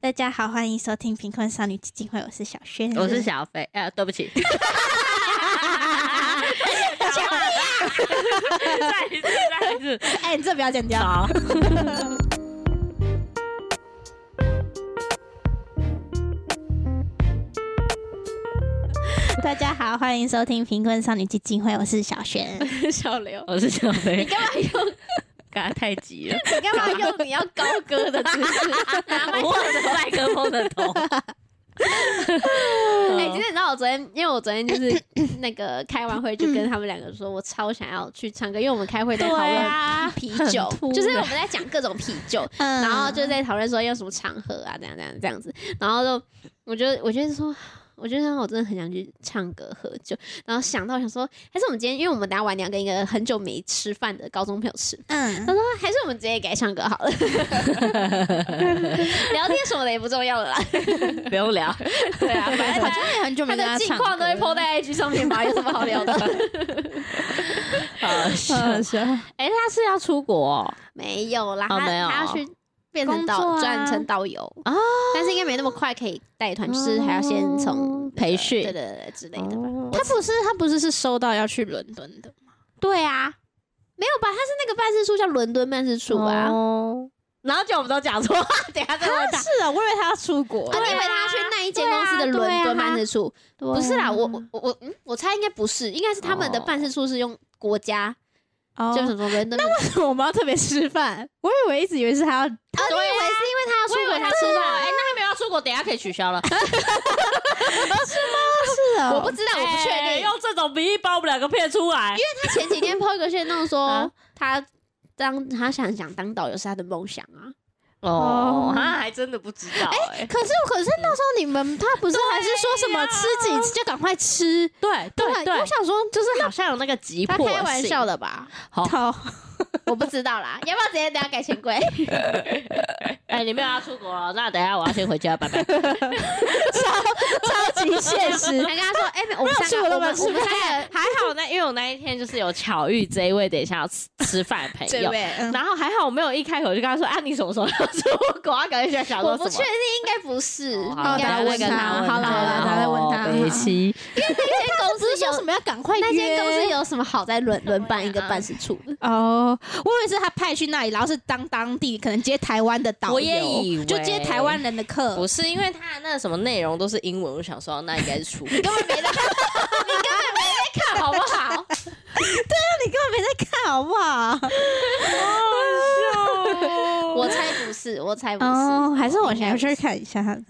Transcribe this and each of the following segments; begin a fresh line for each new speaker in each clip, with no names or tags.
大家好，欢迎收听贫困少女基金会，我是小轩，
我是小飞，呃，对不起。 再一次，再一次。
哎、你这不要剪掉。
好，
大家好，欢迎收听贫困少女基金会，我是小轩。
小刘，
我是小飞
你。干嘛 用？
刚才太急 了，
你干嘛用你要高歌的姿 势？
我握着麦克风的头。
哎、其实你知道我昨天，因为我昨天就是 那个开完会就跟他们两个说，我超想要去唱歌，因为我们开会在讨论
啊，
啤酒，
很突然
就是我们在讲各种啤酒，
嗯
然后就在讨论说用什么场合啊，怎样怎样这样子，然后就我就我就是说。啊我觉得我真的很想去唱歌喝酒，然后想到想说，还是我们今天，因为我们等一下晚点要跟一个很久没吃饭的高中朋友吃
嗯
他，说：“还是我们直接改唱歌好了， 聊天什么的也不重要了啦。
不用聊，
对啊，反正
我真
他
的很久没
他
跟
的近
唱
况都会
歌
PO 在 IG 上面吧，有什么好聊的？
好 笑。哎，他是要出国哦
没有啊啦，
哦
他
没有
他要去变成
工
导
作啊
转成导游
哦，
但是应该没那么快可以带团，就是还要先从那个
培训
对对对之类的吧。
哦
他不是他不是是收到要去伦敦的，
对啊，没有吧？他是那个办事处叫伦敦办事处啊，
哦
然后就我们都讲错，等一下再问他。
啊，我以为他要出国
啊，你以为他要去那一间公司的伦敦办事处？
对
啊
不是啦，我我我我嗯，我猜应该不是，应该是他们的
哦
办事处是用国家，
哦
就是什么伦敦。那我
是我们要特别吃饭，我以为一直以为是他要
啊，你以为是因为他要出
我以
国
为他
才
吃
吃
饭，
饭？
哎，那他没有要出国，等一下可以取消了。
是
我不知道，我不确
哎
定。
用这种名义把我们两个骗出来。
他前几天抛一个线动说
啊
他当他想想当导游是他的梦想啊。
哦，他还真的不知道。哎，
可是可是那时候你们他不是还是说什么吃几次就赶快吃？
对
啊我想说
就是好像有那个急
他
迫性。
开玩笑的吧？
好
好，
我不知道啦，要不要直接等下改钱柜？
哎、你没有要出国了，那等一下我要先回家，拜 拜。
超级现实
还。跟他说，哎，我
没
们
有去
三
过
个，
都
我
没有
们我们
去过
三个，
还好那，因为我那一天就是有巧遇这一位等一下要吃吃饭的朋
这
友，
位，
哎
嗯
然后还好我没有一开口就跟他说啊，你什么时候要出国？他感觉想说
我
什么？
不确定，应该不是，
哦
应
好，
该
等下
不
问
是
个
等
他，
好啦好啦等下再问他
哦北齐
那间公
不
司
是说什
有。
么要赶快约？
那间公司有什么好在伦伦办一个办事处？
哦，我以为是他派去那里，然后是当当地可能接台湾的导游，
我也以为
就接台湾人的课。
不是因为他的那什么内容都是英文，我想说那应该是 出国。
根本没在看，你根本没在看，好不好？
你 根本没在看好不好？
哦
我猜不是，我猜不是，
哦，还是我想要去看一下他的。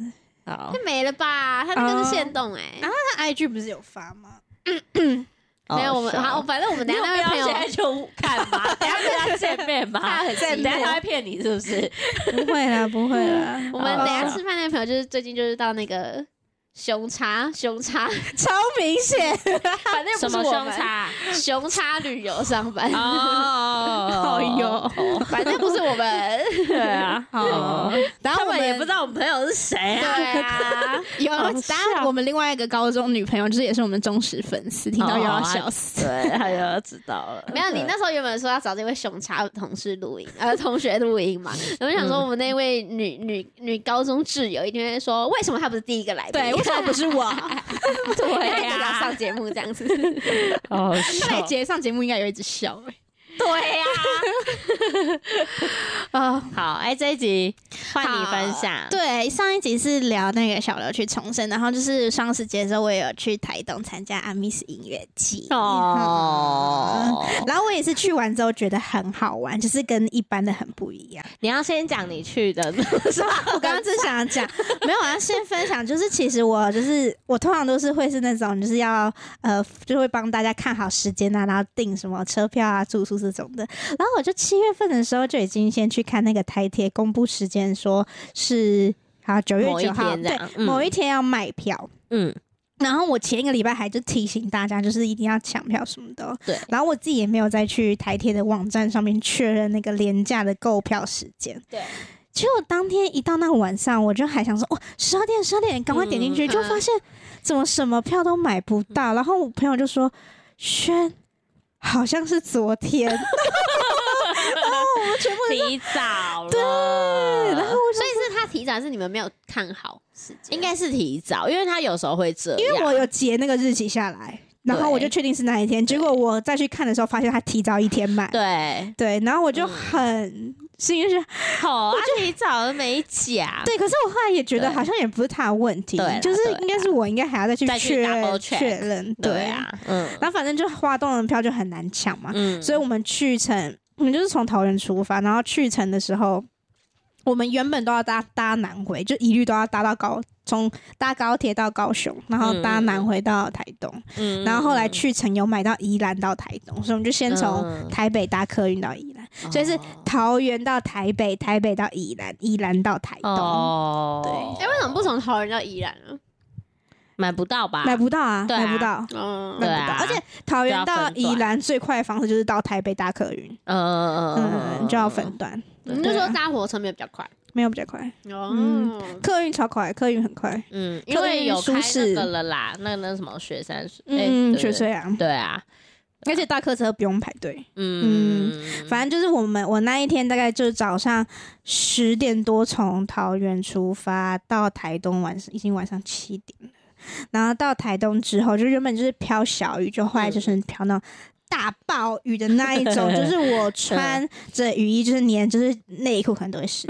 好，
就没了吧？他那个是限动哎，
啊
哦那 IG 不是有发吗？
没有我们，好，
好，
反正我们
哦你
等
有
一下
必
那位
要
朋
现在
友，啊
就看吧，等一下跟他见面 吧
他。很
等一
寂
下他
寞。
会骗你是不是？
不会啦，不会啦，
我们
哦
等一下吃饭那位朋友，就是最近就是到那个熊叉 熊叉，
超明显，
反正又
什
不是
么啊
我
凶
们
差？
熊叉旅游上 班，
哦，
哎呦
反正不是我们。
对啊，
哦，然后
他
我
们也不 知
们
道我们朋友是谁啊。
对啊，
有，然后我们另外一个高中女朋友，就是也是我们忠实粉丝，听到又要笑死。
哦对，他又要知道了。
没有，你那时候原本说要找这位熊叉同事录音，呃，同学录音嘛。然后想
嗯
说我们那位女、女女高中挚友一定会说，为什么她不是第一个来宾？
对，为什么不是我？
对啊
呀
要上节目这样子。
哦，
他来节上节目应该也会一直笑哎。
对呀、
啊，
好，哎，这一集换你分享。
对，上一集是聊那个小刘去重生，然后就是双十节的时候，我也有去台东参加阿密斯音乐季。嗯
哦，
然后我也是去完之后觉得很好玩，就是跟一般的很不一样。
你要先讲你去的，是吧？
我刚刚正想讲，没有，我要先分享，就是其实我就是我通常都是会是那种就是要呃，就会帮大家看好时间啊，然后订什么车票啊、住宿这种的。然后我就七月份的时候就已经先去看那个台铁公布时间，说是啊九月
某一
九号，
天这
对，
样，
某一天要卖票。
嗯，
然后我前一个礼拜还就提醒大家，就是一定要抢票什么的哦。
对
然后我自己也没有再去台铁的网站上面确认那个廉价的购票时间。
对。
结果当天一到那个晚上，我就还想说，哇，十二点，十二点，赶快点进去，
嗯
就发现怎么什么票都买不
嗯
到。然后我朋友就说：“轩，好像是昨天。”然后我们全部
提早 了，
对，然后我就
嗯
所以是她提提早，还是你们没有看好时间？
应该是提早，因为他有时候会这样。
因为我有截那个日期下来，然后我就
嗯对
确定是那一天。结果我再去看的时候，发现他提早一天买。
对，嗯
对，然后我就很幸运是，
好啊，提早了没讲，
对。可是我后来也觉得
对
好像也不是他的问题
对啦，
就是
对啦
应该是我应该还要再去
再去
确
double check
确认。
对
对，
啊，嗯
然后反正就花东人票就很难抢嘛，
嗯，
所以我们去程，我们就是从桃园出发，然后去程的时候，我们原本都要搭搭南回，就一律都要搭到高，从搭高铁到高雄，然后搭南回到台东，
嗯
然后后来去程有买到宜兰到台东，所以我们就先从
嗯
台北搭客运到宜兰，
嗯
所以是
哦
桃园到台北，台北到宜兰，宜兰到台东，
哦，
哎、为什么不从桃园到宜兰啊呢？
买不到吧？
买不到啊，
对啊
买不到。
嗯，
买
对
不到，
啊
而且桃园
就要
到
分段
宜兰最快的方式就是到台北搭客运，
嗯
嗯，就要分段，
你就说搭火车没有比较快
没有比较快。
哦、
嗯客运超快，客运很快。
嗯，因
特别
为有
舒
开那
适
个了啦，那个那什么雪山，哎
嗯，
对
学生啊，
对啊，
而且大客车不用排队。
嗯，
反正就是我们，我那一天大概就是早上十点多从桃园出发到台东，晚上已经晚上七点了。然后到台东之后，就原本就是飘小雨，就后来就是飘那种。大暴雨的那一种，就是我穿着雨衣，就是连就是内裤可能都会湿。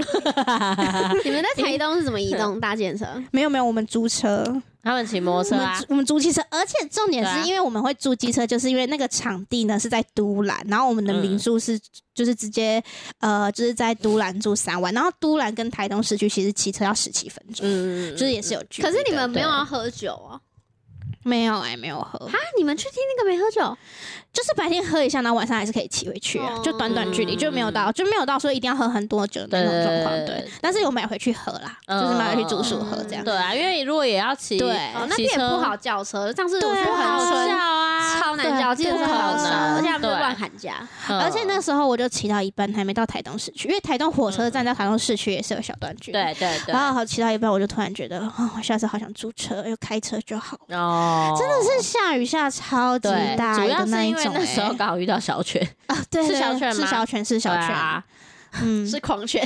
你们在台东是怎么移动搭建车？
没有没有，我们租车，
他们骑摩托车
我们
啊
租，我们租机车，而且重点
对啊
是因为我们会租机车，就是因为那个场地呢是在都兰，然后我们的
嗯
民宿是、就是直接呃就是在都兰住三晚，然后都兰跟台东市区其实骑车要十七分钟，
嗯，
就是也是有距离
可
的。
是你们没有
对
要喝酒哦、
没有哎、没有喝
啊，，你们去听那个没喝酒？
就是白天喝一下，然后晚上还是可以骑回去啊，
哦
就短短距离就没有到就没有到说一定要喝很多酒的那种状况，
哦对对
对
对。
但是有买回去喝啦，
嗯
就是买回去住宿喝这样。
对啊，因为如果也要骑，
对
哦，那
骑
边也
车
不好叫车。上次我
对啊
说
不好
很
纯
笑
村，
啊，
超难叫，记得是
对啊
好少，而且他们就
对
乱喊价。
嗯
而且那时候我就骑到一半，还没到台东市区，因为台东火车站到台东市区也是有小段距离。
嗯对对对，
然后好骑到一半，我就突然觉得，哦，我下次好想租车，又开车就好。
哦，
真的是下雨下超级
对，
大
主
雨
要
的
是
一
因为
种、欸，
那时候刚好遇到小犬，
啊，对，
是
对
小
对
犬
是
吗
小犬，是小
对
犬，
啊，
嗯。
是狂犬，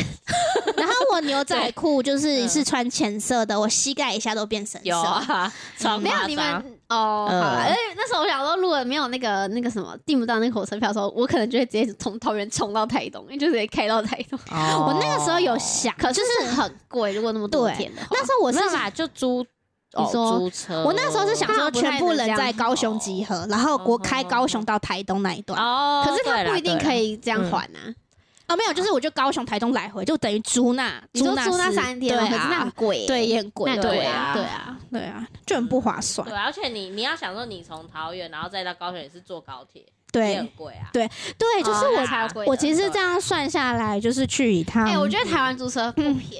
然后我牛仔裤就是
嗯
是穿浅色的，我膝盖以下都变深色。
有啊，超
没
夸
有
张
你们哦，好了。
嗯
而且那时候我想说，如果没有那个那个什么订不到那个火车票的时候，我可能就会直接从桃园冲到台东，因为就直接开到台东。
哦
我那个时候有想，
可是
就是
很贵，如果那么多
对
天的话，
那时候我是
没有啦，就租哦
你说
租车，
我那时候是想说，
那不太
全部人
能这
在
样
高雄集合，然后我开高雄到台东那一段。
哦，
可是他
对啦
不一定可，以这样
嗯
还啊。
哦，没有，就是我就高雄、台东来回，就等于租那
你说
那
租那
是
三天，
对
可是那很
啊，
贵耶，
对，也很贵，
那很
对
贵
啊
啊，对啊。
对啊，就很不划算
对。啊，而且你你要想说，你从桃园然后再到高雄也是坐高铁，也很
对
贵啊，
对，哎就是
哦
我、
那超
贵的
我其实这嗯样算下来，就是去一趟。
哎、我觉得台湾租车不便宜，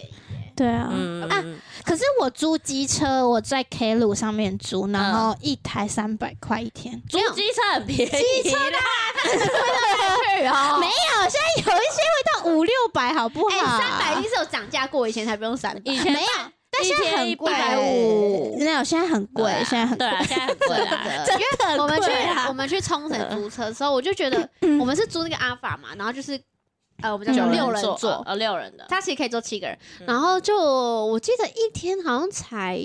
对啊，
嗯
啊
嗯
可是我租机车，我在 K 路上面租，
嗯
然后一台三百块一天。哎
租机车很便宜，机车
对哦
没有，现在有一些会到五六百，好不好？
哎，三百一是有涨价过，以前才不用三百，
以前
没有，但现在很贵，
一天150
没有，现在很贵，
对啊
现在很
对
贵。
啊，现在很贵
真
啊，
的。
真的很
我们去
贵啊
我们去冲绳租车的时候，我就觉得我们是租那个阿法嘛，然后就是呃，我们叫什
九
么
嗯
六人座，
呃六人的，
它其实可以坐七个人，
嗯
然后就我记得一天好像才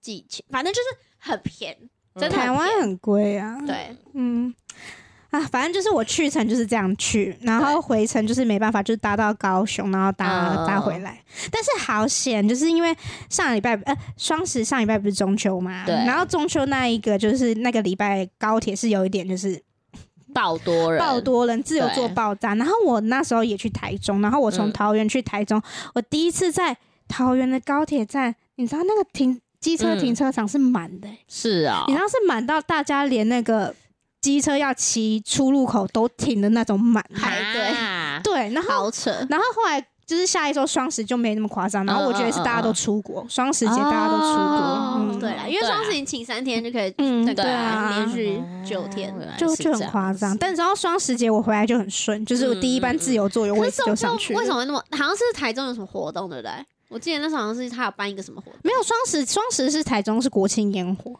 几千，反正就是很便宜，真的
台湾很贵啊，
对，
嗯，啊，反正就是我去程就是这样去，然后回程就是没办法，就是搭到高雄，然后搭、
嗯
搭回来。但是好险，就是因为上礼拜呃双十上礼拜不是中秋嘛，
对
然后中秋那一个就是那个礼拜高铁是有一点就是
爆多人，
爆多人自由坐
对
爆炸，然后我那时候也去台中，然后我从
嗯
桃园去台中，我第一次在桃园的高铁站，你知道那个停机车
嗯
停车场是满的、欸
是啊
你，知道是满到大家连那个机车要骑出入口都停的那种满。
排队
队，
对，然后
好扯。
然后后来就是下一周双十就没那么夸张，然后我觉得是
嗯
大家都出国，双十节大家都出
哦
国，
哦，
嗯
对了，因为
对啊
双十你请三天就可以，
嗯
那个
对啊
连续九天，
就就很夸张。但只要双十节我回来就很顺，就是我第一班自由座有
嗯可
我
是
就
中
上
秋
去了。
为什么那么？好像是台中有什么活动，对不对？我记得那时候好像是他有办一个什么活动，
没有双十？双十是台中是国庆烟火，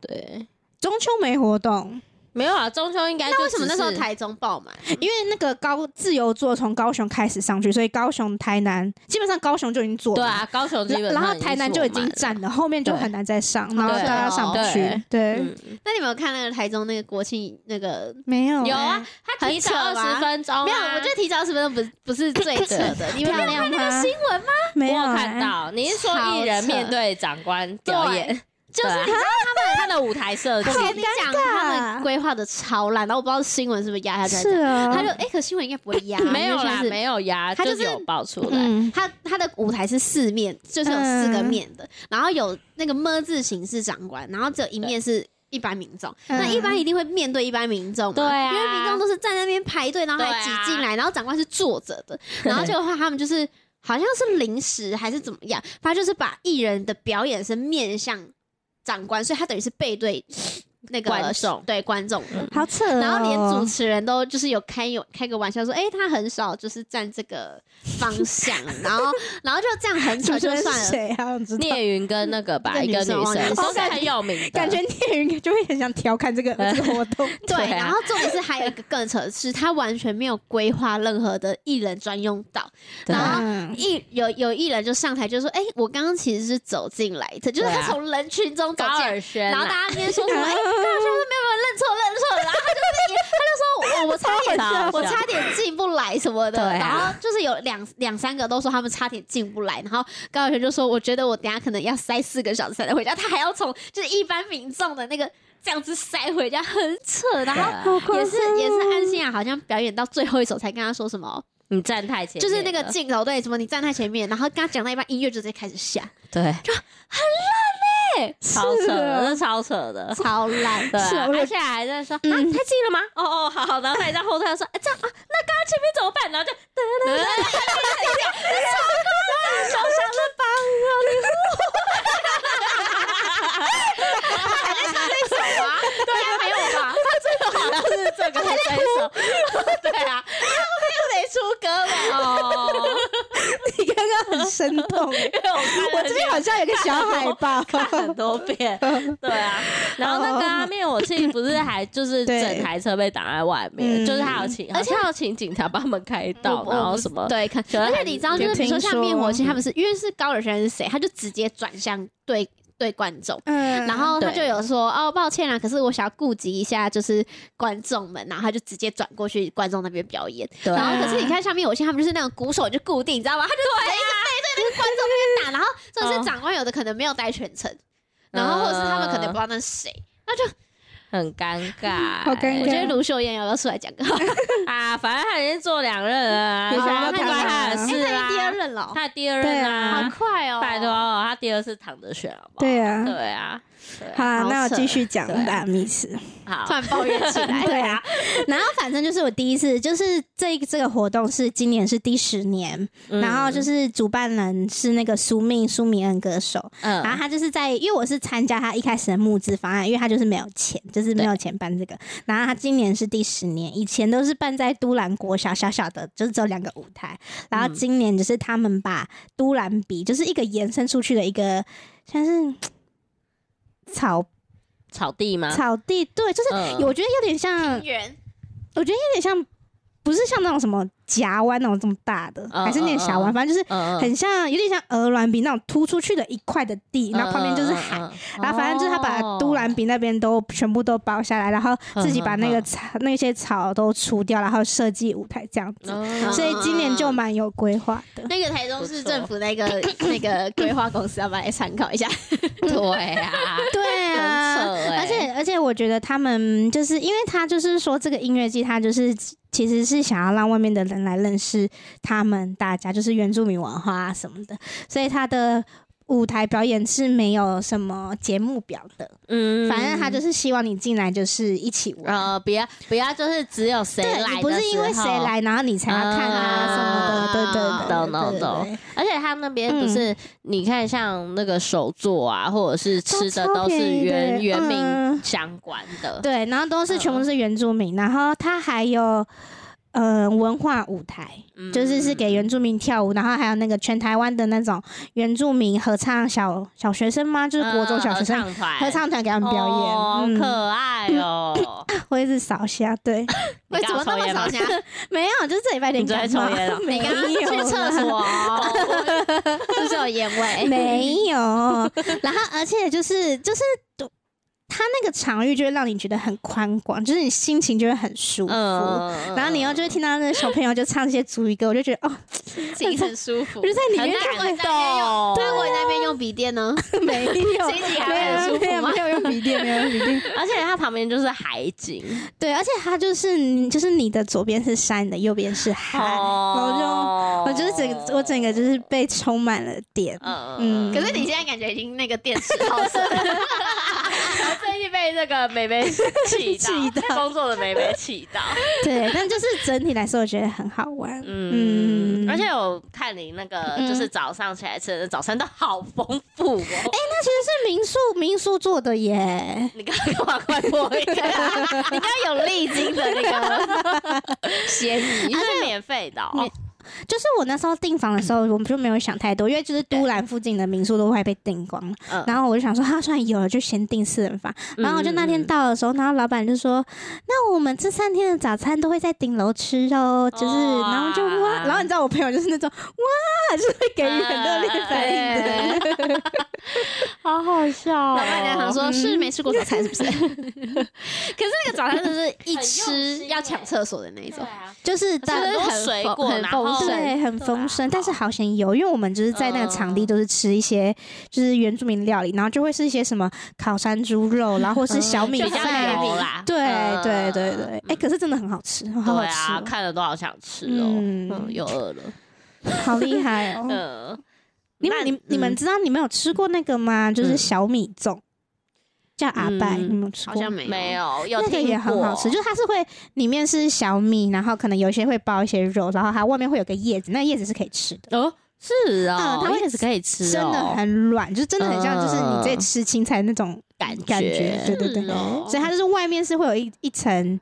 对，
中秋没活动。
没有啊，中秋应该
那
就
为什么
只
那时候
是
台中爆满？
因为那个高自由座从高雄开始上去，所以高雄、台南基本上高雄就已经坐
对
满
啊，高雄基
然
本
然后
上
台南
是
就已
坐满
经
了
占了，后面就
对
很难再上，然后
对
大家上不去
对。
对，
嗯，
那你们有看那个台中那个国庆那个？
没有
有
欸
啊，他提早
很扯
二
吧
十分钟啊，
没有，我觉得提早十分钟不是不是最扯 的。你们
漂
没有
亮
看那
吗
个新闻吗？
没
我
有
有
欸
看，到，
哎
你是说艺人面对长官表演，
就是
对啊他的舞台设计
我？跟你讲，他们规划的超烂，然后我不知道新闻是不是压下去还
是
是
啊，
怎样。他就哎，可新闻应该不会压，
没有
因为现
啦
在，是
没有呀，
他就是
有爆出来。
嗯，
他他的舞台是四面，就是有四个
嗯
面的，然后有那个么字形是长官，然后只有一面是一般民众。
嗯
那一般一定会面对一般民众嘛，
对啊
因为民众都是站在那边排队，然后还
对啊
挤进来，然后长官是坐着的，然后结果他们就是好像是临时还是怎么样，反正就是把艺人的表演是面向长官，所以他等于是背对那个
观众
对观众的。
好扯哦。
然后连主持人都就是有开有开个玩笑说，哎、他很少就是站这个方向，然后然后就这样很
主
扯
持
就
人
算
是
了。
谁啊？我知道，
聂云跟那个 吧，
一
一
个
个
女
女
生哦忘记
生
是
都是
谁
很有名的，
感觉聂云就会很想调侃这个
嗯
这个活动。
对，
对啊
然后重点是还有一个更扯的是，他完全没有规划任何的艺人专用道。
对啊
然后
嗯
艺有有艺人就上台就说：“哎、我刚刚其实是走进来的，就是
对啊
他从人群中走
高
进来。
尔”轩啊
然后
啦，
大家那边 说什么？哎、大家说没有没有认错认错，然后他就是他就说我我差点
超好笑
我差点进不来什么的，
对啊
然后就是有两两三个都说他们差点进不来，然后高晓轩就说我觉得我等一下可能要塞四个小时才能回家，他还要从就是一般民众的那个这样子塞回家，很扯，然
啊
后。
好夸
也是
张
也
哦
是安心啊，好像表演到最后一首才跟他说什么，
你站太前面了，
就是那个镜头对什么你站在前面，然后跟他讲到一半音乐就直接开始下，
对，就很烂
欸
嘞，超扯的，
啊
那超扯的。
超烂。
对
是
啊，
我
而且还在说啊，他进了吗？哦哦，好好，然后他也在后退，说哎这样啊，那刚刚前面怎么办？然后就得得得，超想的吧？
对啊，还有吧，
好像是这个还在手，对啊，
谁出歌了？
哦，
你刚刚很生动欸，
因为我看了
我这边好像有个小海报。
很多遍，对啊。然后那个啊灭火器不是还就是
对
整台车被挡在外
嗯
面，就是他有请，而且有请警察帮他们开道，
我
然
我
后
不
什么
对，看，
觉得
而且
很
你知道，就
有
是比如说
听
像灭火器，
说
他们是因为是高尔宣是谁，他就直接转向对对观众。
嗯
然后他
对
就有说哦，抱歉啦，可是我想要顾及一下，就是观众们，然后他就直接转过去观众那边表演。
对
然
啊
后可是你看像灭火器，他们就是那种鼓手就固定，你知道吗？他就直接一直背对那个观众那边打，然后甚
嗯
至长官有的可能没有待全程，然后或者是他们可能不知道那是谁。
很尴 尬，欸
好尴尬
我觉得卢秀燕要不要出来讲个话？
啊，反正他已经做两任了 啊，
也想
然后
要
不
看
关
他
他的
啊
事
她
啦。
第二任了哦，
他哎第二
对
任
啊
好
啊，
快哦，
拜托，他第二次躺着选，好不好？
对啊
对啊，对
好
啊
啦，
好
那我
扯
继续讲
对啊
大密室。
突
好，
然抱怨起 来。
对啊，然后反正就是我第一次，就是这这个活动是今年是第十年，
嗯
然后就是主办人是那个苏命苏米恩歌手，
嗯，
然后
嗯，
他就是在，因为我是参加他一开始的募资方案，因为他就是没有钱，就是没有钱办这个。然后他今年是第十年，以前都是办在都兰国小小小的，就是只有两个舞台。然后今年就是他们把都兰比，就是一个延伸出去的一个，像是草
草地吗？
草地，对，就是
嗯
我觉得有点像，
圆
我觉得有点像，不是像那种什么夹湾那种这么大的，
嗯
还是念峡湾，
嗯
反正就是
嗯，嗯
很像，有点像鹅銮鼻那种突出去的一块的地，然后旁边就是海。
嗯，嗯嗯
然后反正就是他把
哦
都兰比那边都全部都包下来，然后自己把那个
嗯嗯嗯
草那些草都除掉，然后设计舞台这样子。
嗯
所以今年就蛮有规划的。
那个台中市政府那个那个规划公司，要不要来参考 一下？
对啊，
对
很扯欸
而且而且我觉得他们就是因为他就是说这个音乐季，他就是其实是想要让外面的人来认识他们大家，就是原住民文化啊什么的，所以他的。舞台表演是没有什么节目表的，
嗯
反正他就是希望你进来就是一起玩，
呃，不要不要，就是只有谁
对
来，
你不是因为谁，来，然后你才要看啊什么的，对对对，
懂懂
对
懂。
对
而且他那边不
嗯
是，你看像那个手作啊，或者是吃的
都超
都是
便宜的
原原
嗯
民相关的，嗯
对，然后都是全部都是原住民，然后他还有呃文化舞台，就是
嗯
是给原住民跳舞，然后还有那个全台湾的那种原住民合唱小小学生吗？就是国中小学生。
呃合唱团，
呃合唱团给他们表演，
哦
嗯
可爱 哦。
我一直扫瞎， 对，
为什么那么
你刚
少
刚抽
钱
烟
啊？
没有，就是这礼拜有点
你昨天
感冒
抽烟了，
没
你刚刚
有
去厕
啦
所，是不是有烟 味？
没有。然后，而且就是就是，它那个场域就会让你觉得很宽广，就是你心情就会很舒服。
嗯
然后你又就会听到那个小朋友就唱一些主语歌，我就觉得哦，
心很舒服
我就在里面
很
看
感
得
动，
那我那边用笔电哦呢，
没有，
心情还很舒
没
服
有
吗
没？有用笔电，没有用笔电。
而且它旁边就是海景，
对，而且它就是就是你的左边是山，你的右边是 海，
哦
我就我就是整个我整个就是被充满了电。
嗯
嗯
可是你现在感觉已经那个电池耗损，
最近被这个美 眉气到，
气到
工作的美眉气到，
对，但就是整体来说，我觉得很好玩。
嗯，
嗯
而且我看你那个
嗯
就是早上起来吃的早餐都好丰富哦，
是民宿民宿做的耶，
你刚刚干嘛快播一个？
你刚刚有历经的那个 嫌疑
你。是免费的哦，
就是我那时候订房的时候，
嗯
我们就没有想太多，因为就是都兰附近的民宿都快被订光了。
嗯
然后我就想说，他虽然有了，就先订四人房。然后我就那天到的时候，然后老板就说：“那我们这三天的早餐都会在顶楼吃哦。”就是，
哇
然后就哇，然后你知道我朋友就是那种哇，就是会给予很热烈反应的。
哎
对
好好笑哦，
老板娘想说，是没吃过早餐是不 是？可是那个早餐就是一
很用
吃
心
要抢厕所的那一
嗯对
种，
啊，
就是
是啊
在
很多
很
水
丰
果，
很
然
丰
后
盛
对，很丰盛，但是
好
好像有，因为我们就是在那个场地都是吃一些就是原住民料理，然后就会是一些什么烤山猪肉，然后或是小米
嗯比较
饭，
油啦，
对
嗯
对对对，哎、
嗯
可是真的很好吃，好好
对
吃
啊，
哦、
看了都好想吃哦，
嗯
嗯，又饿了，
好厉害哦！
嗯。
你
那嗯
们你你们知道你们有吃过那个吗？就是小米粽，叫阿拜，
嗯
你们有吃
好
过？
像没有
没有，有
那个
听
也很好
过
吃，就是它是会里面是小米，然后可能有些会包一些肉，然后它外面会有个叶子，那叶子是可以吃的，
哦，是
嗯它会
也是可以吃
真的
哦
很软，就真的很像就是你在
嗯
吃青菜那种
感嗯
感觉，对对对
是。哦
所以它就是外面是会有一一层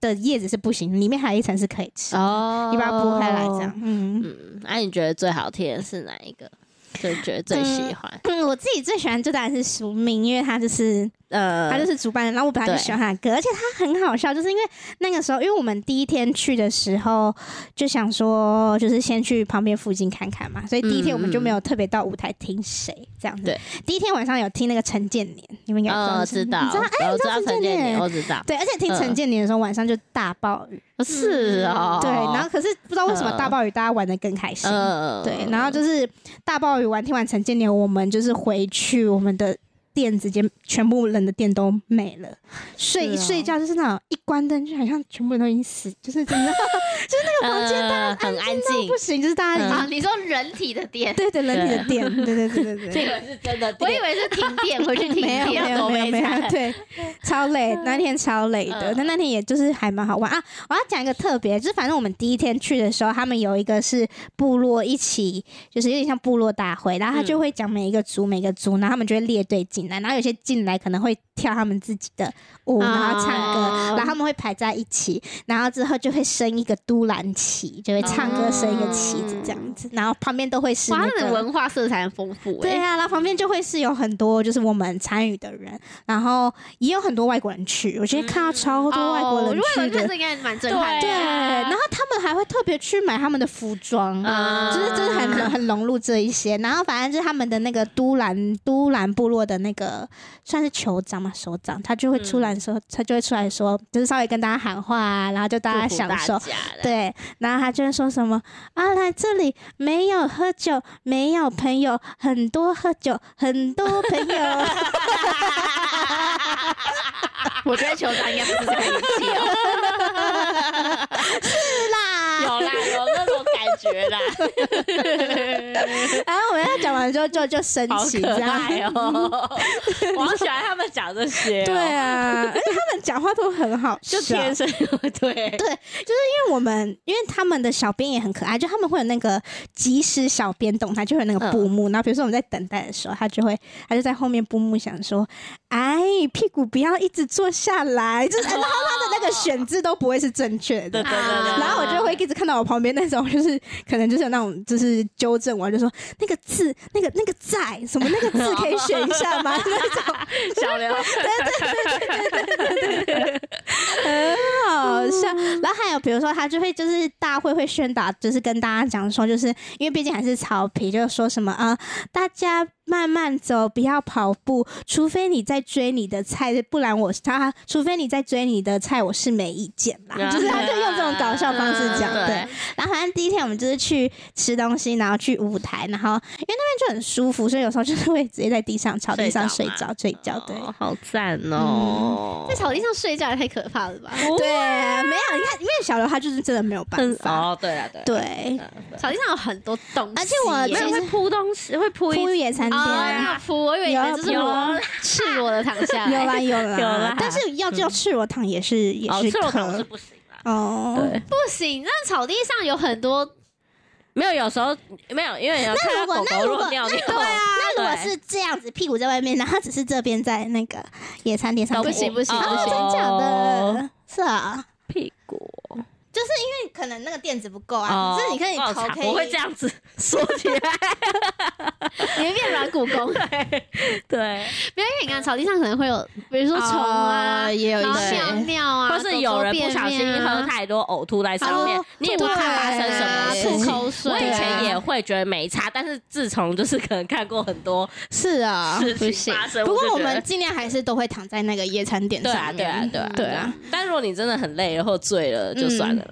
的叶子是不行，里面还有一层是可以吃，
哦
你把它剥开来这样。。嗯，
嗯，那、你觉得最好听的是哪一个？就觉得最喜欢？
嗯我自己最喜欢就当然是署名，因为它就是
呃，
他就是主办人，然后我本来就喜欢他的歌，而且他很好笑，就是因为那个时候，因为我们第一天去的时候就想说，就是先去旁边附近看看嘛，所以第一天
嗯
我们就没有特别到舞台听谁这样子。
对，
第一天晚上有听那个陈建年，你们应该知道
呃，
是谁
知道，
你知道？哎，
我
你
知
知道
道
陈建
陈建年，
年？
我知道，
对，而且听陈建年的时候，晚上就大暴雨。
是哦，
嗯对，然后可是不知道为什么
嗯
大暴雨大家玩的更开心。
呃，
对，然后就是大暴雨完，听完陈建年，我们就是回去，我们的店直接全部人的店都没了，睡一
是哦
睡觉就是那种一关灯，就好像全部人都已经死，就是真的
那个房间呃很安静
不，行，就是大家已经、
啊，你说人体的电，
嗯对对人体的店，对对对对对
这个是真的，
我以为是停电，回去停
没有没有
电。
没有 没有没有，对，超累，那天超累的
嗯，
但那天也就是还蛮好玩啊。我要讲一个特别，就是反正我们第一天去的时候，他们有一个是部落一起，就是有点像部落大会，然后他就会讲每一个族每个族，然后他们就会列队进来，然后有些进来可能会跳他们自己的舞，然后唱歌，
哦
然后他们会排在一起，然后之后就会升一个都兰旗，就会唱歌升一个旗子这样子，然后旁边都会是
哇，
那
他
个
的文化色彩很丰富
对
哎。
啊，然后旁边就会是有很多就是我们参与的人，然后也有很多外国人去，我今天看到超多外国
哦
人
如果
去
有
的，
看这应该蛮震撼的。
对，
对啊
然后他们还会特别去买他们的服装。
啊
就是真的很融很融入这一些，然后反正就是他们的那个都兰都兰部落的那个算是酋长嘛，首长，他就会出
嗯
来说，他就会出来说，就是稍微跟大家喊话啊，然后就大家享受，
对，
对，然后他就会说什么啊，来这里没有喝酒，没有朋友，很多喝酒，很多朋 友。
我觉得酋长应该不是这个年纪哦。
有啦，有那种感 觉啦，
然后我们要讲完之后就就升
好
旗，
可
这样。
爱 哦，我好喜欢他们讲这些，哦
对，啊，而且他们讲话都很好笑，
就天生
啊
对，
因为我们因为他们的小编也很可爱，就他们会有那个即时小编动态，就会有那个布
嗯
幕。然后比如说我们在等待的时候，他就会他 就在后面布幕想说：“哎，屁股不要一直坐下来。”就是然后他的那那个选字都不会是正确的
对对对。对，
啊然后我就会一直看到我旁边那种，就是可能就是有那种就是纠正我，就说那个字那个那个在什么那个字可以选一下吗？ 那种
小刘，
很好笑。然后还有比如说，他就会就是大会会宣导，就是跟大家讲说，就是因为毕竟还是草皮，就是说什么啊、呃大家慢慢走，不要跑步，除非你在追你的菜，不然我他除非你在追你的菜，我是没意见啦。就是他就用这种搞笑方式讲，
嗯
对。然后反正第一天我们就是去吃东西，然后去舞台，然后因为那边就很舒服，所以有时候就是会直接在地上 草地上睡
睡着
着睡觉，对。嗯
哦好赞哦，
在草地上睡觉也太可怕了吧？
对，啊没有，你看，因为小刘他就是真的没有办
很
法，
哦，对了对啦，
对，
草地上有很多东西，
而且我
没
其
有
实
会铺东西，会铺
铺
一
野餐垫
哦，
啊
要铺，我以为你们就是
有
裸赤裸的躺下
有
来，
啦啊有啦
有啦嗯
但是要叫赤裸躺也是也
哦，
是
赤裸躺是
可
不行啦。
哦，
对，
不行，那草地上有很多，
没有，有时候没有，因为有看到
如果
狗
那
狗
如
如
果
果尿
那
尿，
如果那如果
对
是这样子，屁股在外面，然后只是这边在那个野餐垫上
都
面，
不行不行
哦
不
哦，
行
真假的？是啊，
屁股
因为可能那个垫子不够
哦
啊，可是你看你
不好
头
藏
可以，
我会这样子 缩起来，
你会变软骨功。
对，
没有，因为你看草地上可能会有，比如说虫啊，
哦也有一
然后
些
尿尿啊，
或是有人不小心喝太多呕吐在上面
啊哦，
你也不知道发生什么
对
事
吐
情。
口水，
我以前
对啊
也会觉得没差，但是自从就是可能看过很多
是啊。
事
不
情
行
发生，
不过
就
我
觉
们
得
尽量还是都会躺在那个野餐垫
对
上
啊
面，
对啊对啊
对啊。嗯
但如果你真的很累或醉了，就算了啦。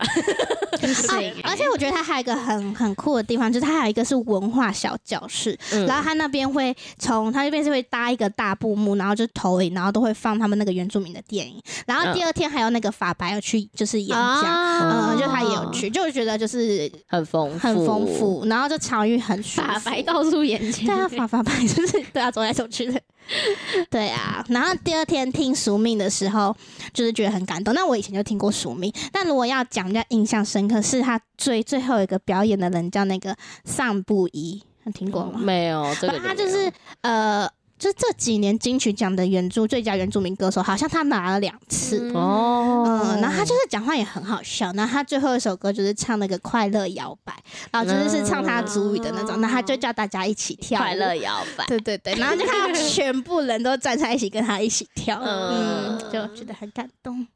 不行
啊，而且我觉得它还有一个很很酷的地方，就是它还有一个是文化小教室，
嗯
然后它那边会从它那边是会搭一个大布幕，然后就投影，然后都会放他们那个原住民的电影，然后第二天还有那个法白有去就是演讲。
啊
嗯，就他也有去，就觉得就是
很丰富，
很丰。富，然后就场域很舒服
法白到处演
对
讲
啊，，法法白就是对啊，走来走去的， 对啊。然后第二天听俗命的时候，就是觉得很感动。那我以前就听过俗命，但如果要讲比较印象深刻，是他最最后一个表演的人叫那个上布衣，你听过吗？
哦没有这
反
个，
正他就是呃，就是这几年金曲奖的原著最佳原住民歌手，好像他拿了两次。
嗯
哦，
嗯，然后他就是讲话也很好笑，然后他最后一首歌就是唱那个快乐摇摆，然后就是是唱他族语的那种，
嗯
那、他就叫大家一起跳舞
快乐摇摆。
对对对，然后就看到全部人都站在一起跟他一起跳，
嗯
嗯，就觉得很感动。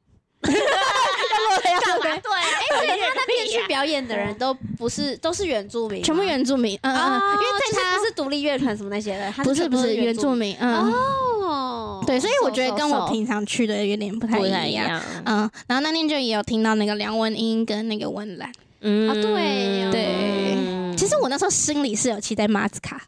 干嘛？对啊，哎，所以他那边去表演的人都不是，都是原住民吗，
全部原住民，嗯嗯，
啊，
因
因
为
为
在
他
他
不是独立乐团什么那些的，他
不是
全
不
部
是原
原
住民，嗯，
哦，
对，所以我觉得跟我
平
平常去的有点不太
不太
一
一
样。
样，
嗯，然后那天就也有听到那个梁文音跟那个温岚，
嗯
啊对
对其实我那时候心里是有期待马斯卡，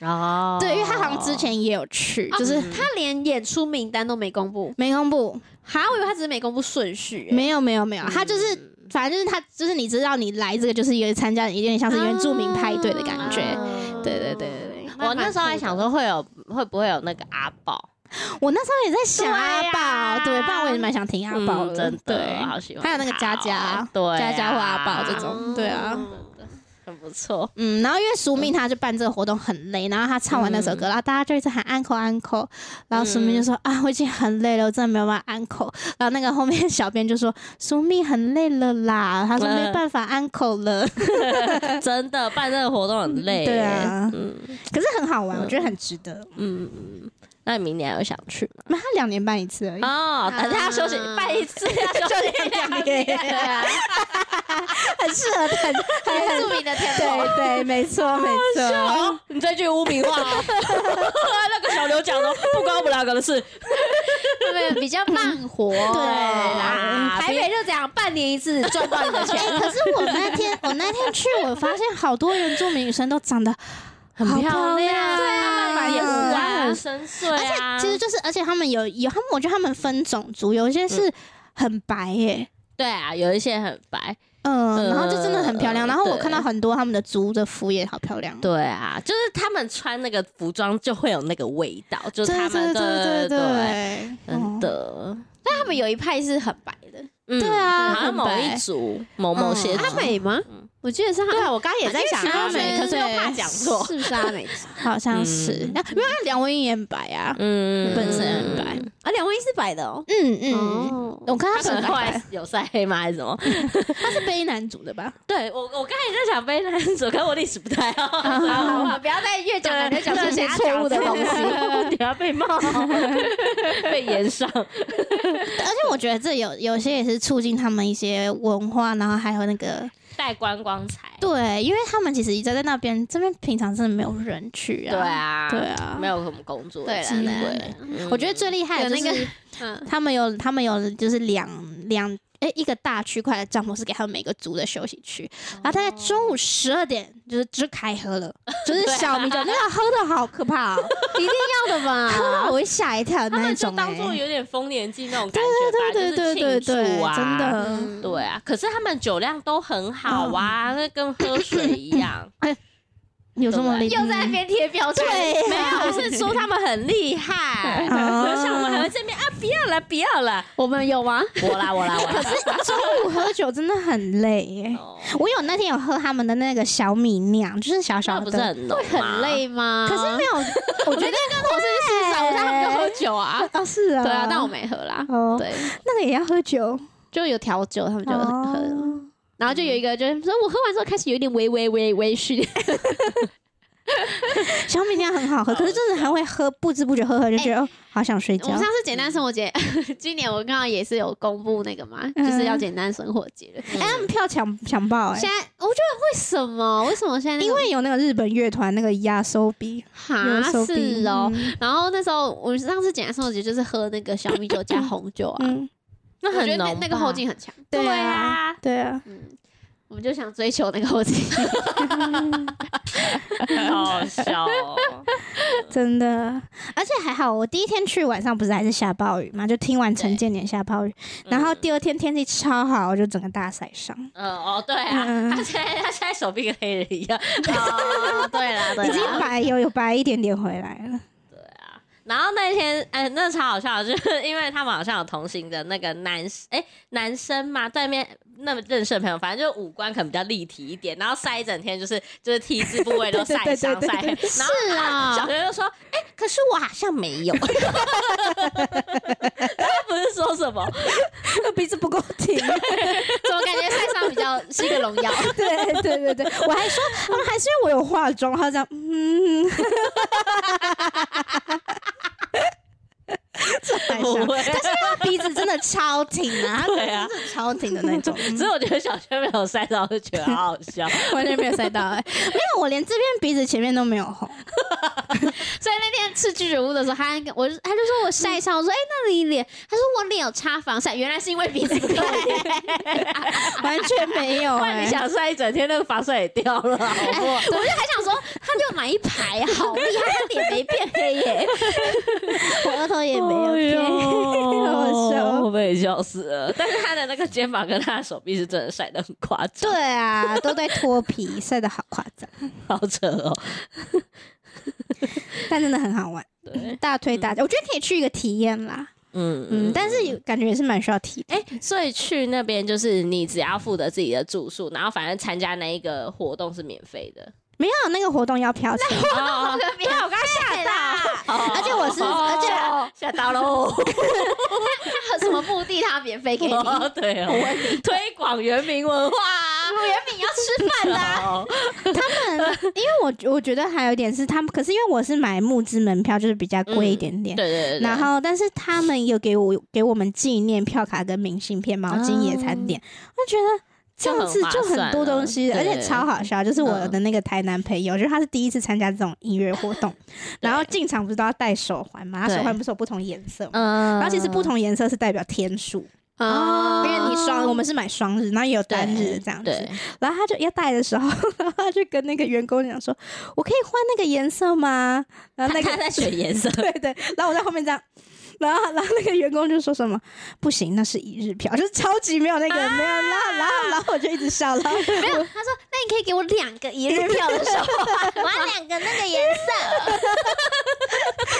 哦，
对，因为他好像之前也有去，
就
就是是
啊他连演出名单都没公布，
没公布，
哈，我以为他只是没公布顺序，哎
没有没有没有，他就是。反正就是他，就是你知道你来这个就是有点参加，有点像是原住民派对的感觉。
啊
对对对对对
我那时候还想，说会有会不会有那个阿宝
我那时候也在想阿
对
宝，
呀
对，不然我也蛮想听阿宝
嗯真
对
的，好喜欢他
还
哦，
有那个佳佳
对啊，
佳佳或阿宝这种，对啊，
嗯很不错，
嗯，然后因为苏命他就办这个活动很累，然后他唱完那
嗯
首歌，然后大家就一直喊 uncle uncle，然后苏命就说、啊，我已经很累了，我真的没有办法 uncle。然后那个后面小编就说苏命很累了啦，他说
嗯
没办法 uncle 了，
真的办这个活动很累，
对啊
嗯
可是很好玩，我觉得很值得。
嗯嗯，那你明年还有想去吗？
那他两年办一次 而已，
哦，等他休息
啊
办 一次，要休息两年，
对啊，
很适
啊
合很
原住民的天空，
对对，没错没错。
好，哦你这句污名化 哦，那个小刘讲的不关我们两个的事，
对，比较慢活，
对啊
啦
啦，
台北就这样，半年一次赚到你 的
哎、
钱，
可是我那天我那天去，我发现好多原住民女生都长得
很
好
漂亮，
对啊，
也
也
五
是啊
官很深邃啊，
其实就是，而且他们有有他们，我觉得他们分种族，有一些
嗯
是很白耶、
对啊，有一些很白，
嗯、
呃
然后就真的很漂亮。然后我
对
看到很多他们的族的服也好漂亮。
对啊，就是他们穿那个服装就会有那个味道，就是
对
他们
对对哦
对
对，
真的，
但他们有一派是很白的，
嗯，
对啊
好像某
很白
一组某某些
嗯
组
阿美吗
嗯？
我记得是
对
他，
啊，我刚刚也在想
因为
阿
徐
美，
若瑄
可是又
对
怕讲错，
是不是 阿美？
好像是
嗯。
那没有啊，梁文音也很白啊，
嗯
本身很白
啊，梁文音是白的哦，
嗯嗯，
哦，
我看
他
他
可
是
能后
白
来
的，
有晒黑吗还是什么？
他是悲男主的吧？
对我，我刚才也在想悲男主，可是我历史不太好，
好啊好啊好，不要再越讲了，
对
越讲这些
对
错误的东西。
等下被骂， 被延上。
而且我觉得这有有些也是促进他们一些文化，然后还有那个
带观光财。
对，因为他们其实一直在那边，这边平常真的没有人去啊。
对，啊，
对啊
没有什么工作
对
的
啦
机
对啦
会。嗯
我觉得最厉害的就是、
有 那嗯，
他们有他们有就是两两哎一个大区块的帐篷是给他们每个族的休息区，然后大概中午十二点就是就开喝 了，就是小米酒，那个喝的好可怕、哦，
一定要的
喝
吧？
到我会吓一跳的
啊他
那
们
一
就
种、
当做
哎
有点丰年祭那种感觉吧，
对对
就
对
是庆
对
祝啊，
真的
嗯
对啊，可是他们酒量都很好啊，那跟喝水一样。
有这么厉害，
又在那边贴标签，
对
没有，我是说他们很厉害，
哦
像我们还会这边啊，不要了，不要了，
我们有吗？
我啦，我啦，我 啦。
中午喝酒真的很累耶、
哦
我有那天有喝他们的那个小米酿，就是小小
那
的，
不是很浓，
很。啊累吗？
可是没有，我觉得
跟同事去吃早餐，他们就喝酒啊。
哦是啊，
对啊，但我没喝啦。
哦
对，
那个也要喝酒，
就有调酒，他们就喝了。
哦
然后就有一个就是说，我喝完之后开始有点微微微微醺。
小米酿很好喝，可是真的很会喝，不知不觉喝喝就觉得、哦，好想睡
哎我
觉。
们上次简单生活节，今年我刚好也是有公布那个嘛，
嗯
就是要简单生活节了。
哎、他们票抢抢爆哎、
现在我觉得为什么？为什么现在那个
因为有那个日本乐团那个压缩比，
哈
压缩比
是哦。，
嗯
然后那时候我们上次简单生活节就是喝那个小米酒加红酒啊，
嗯，
那
我觉
很
得
浓
那
吧，
那个后劲很强，
对啊，对啊，
嗯，我们就想追求那个 后劲。
啊
好笑哦。
真的。而且还好，我第一天去晚上不是还是下暴雨嘛，就听完陈建年下暴雨，然后
嗯
第二天天气超好，我就整个大晒伤。
嗯哦，对啊，
嗯
他现在他现在手臂跟黑人一样，
哦，对啦，对
已经白有有白一点点回来了，
然后那天，哎、那超好笑的，就是因为他们好像有同行的那个男，哎、男生嘛，对面那么认识的朋友，反正就五官可能比较立体一点，然后晒一整天，就是就是 T 字部位都晒伤
对对对对
晒黑，然后。
是
小
啊，
学就说：“哎、可是我好像没有。”他不是说什么，
鼻子不够挺。
怎么感觉晒伤比较是一个荣 耀？
对对对对，我还说，他们还是因为我有化妆，他这样，嗯， 这还
不
像
会。
他鼻子真的超挺 啊，
对啊
他鼻子真的超挺的那种，嗯
所以我觉得小学没有晒到，我就觉得好好笑。
完全没有塞到、欸，没有，我连这边鼻子前面都没有红，
所以那天吃居酒屋的时候，他还跟我就他就说我晒伤，我说哎、那你脸？他说我脸有擦防晒，原来是因为鼻子不够力。
完全没 有、
不然
欸，
你想晒一整天，那个防晒也掉 了，好不好？
我就还想说，他就买一排，好厉害，他脸没变黑 耶。
我额头也没有
哎
变。
呦
好笑
我被笑死了。但是他的那个肩膀跟他的手臂是真的晒得很夸张，
对啊，都在脱皮，晒的好夸张，
好扯哦。
但真的很好玩，
对，
大推大家，我觉得可以去一个体验啦。
嗯
嗯，但是有感觉也是蛮需要体
哎、所以去那边就是你只要负责自己的住宿，然后反正参加那一个活动是免费的。
没有那个活动要票 钱，
哦，
不要，我刚吓到。 哦
而
而且我是，而且
吓到喽。
他什么目的？他免费给你？
哦，对 哦，推广原民文化。
我原本要吃饭啦。
哦
他们，因为我我觉得还有一点是他们，可是因为我是买募资门票，就是比较贵一点
对
点。
对对，对
然后，但是他们有给我给我们纪念票卡跟明信片、毛巾、野餐点，我觉得。这样子就
啊就很划算
很多东西，
了
而且
对嗯
超好笑。就是我的那个台南朋友，就是他是第一次参加这种音乐活 动，然后进场不是都要戴手环嘛？他
对
手环不是有不同颜色嘛？
嗯
然后其实不同颜色是代表天数，
哦
因为你双，我们是买双日，然后也有单日这样子。
对，
然后他就要戴的时候， 然后他就跟那个员工讲说：“我可以换那个颜色吗？”然后那个。
他在选颜色
对对，然后我在后面这样，然后然后那个员工就说什么：“不行，那是一日票，就是超级没有那个、没有。”然后然后然后我就一直笑，然后
没有，他说那你可以给我两个一日票的时候，我要两个那个颜色。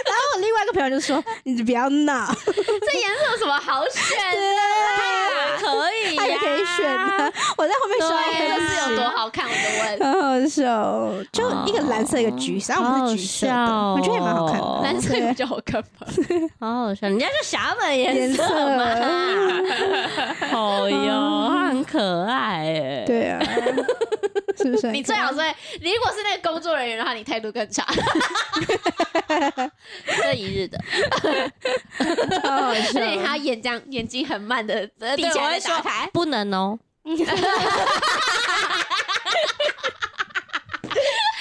然后我另外一个朋朋友就说：“你不要闹，
这颜色有什么好选的？
可
啊
以
他也可以选
呀
的。”我在后面刷
对，啊
黑
颜
历
色哎是有
史
多好看？我就问。
很好笑，就一个蓝色，一个橘色，然后我们是橘色的，
好好笑哦
我觉得也蛮好看的。
蓝色比较好看吧？
好好笑，哦人家就侠门颜
颜
色
色
啊 嘛，好
哎
哟，他很可爱哎。
对啊，是不是？
你最好是会，你如果是那个工作人员的话，你态度更差。
这一日的，
好好笑
所，以他眼睛眼睛很慢的闭
对
起
我会
来再
说
打开。
不能哦，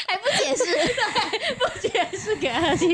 还不解 释，
是给他听。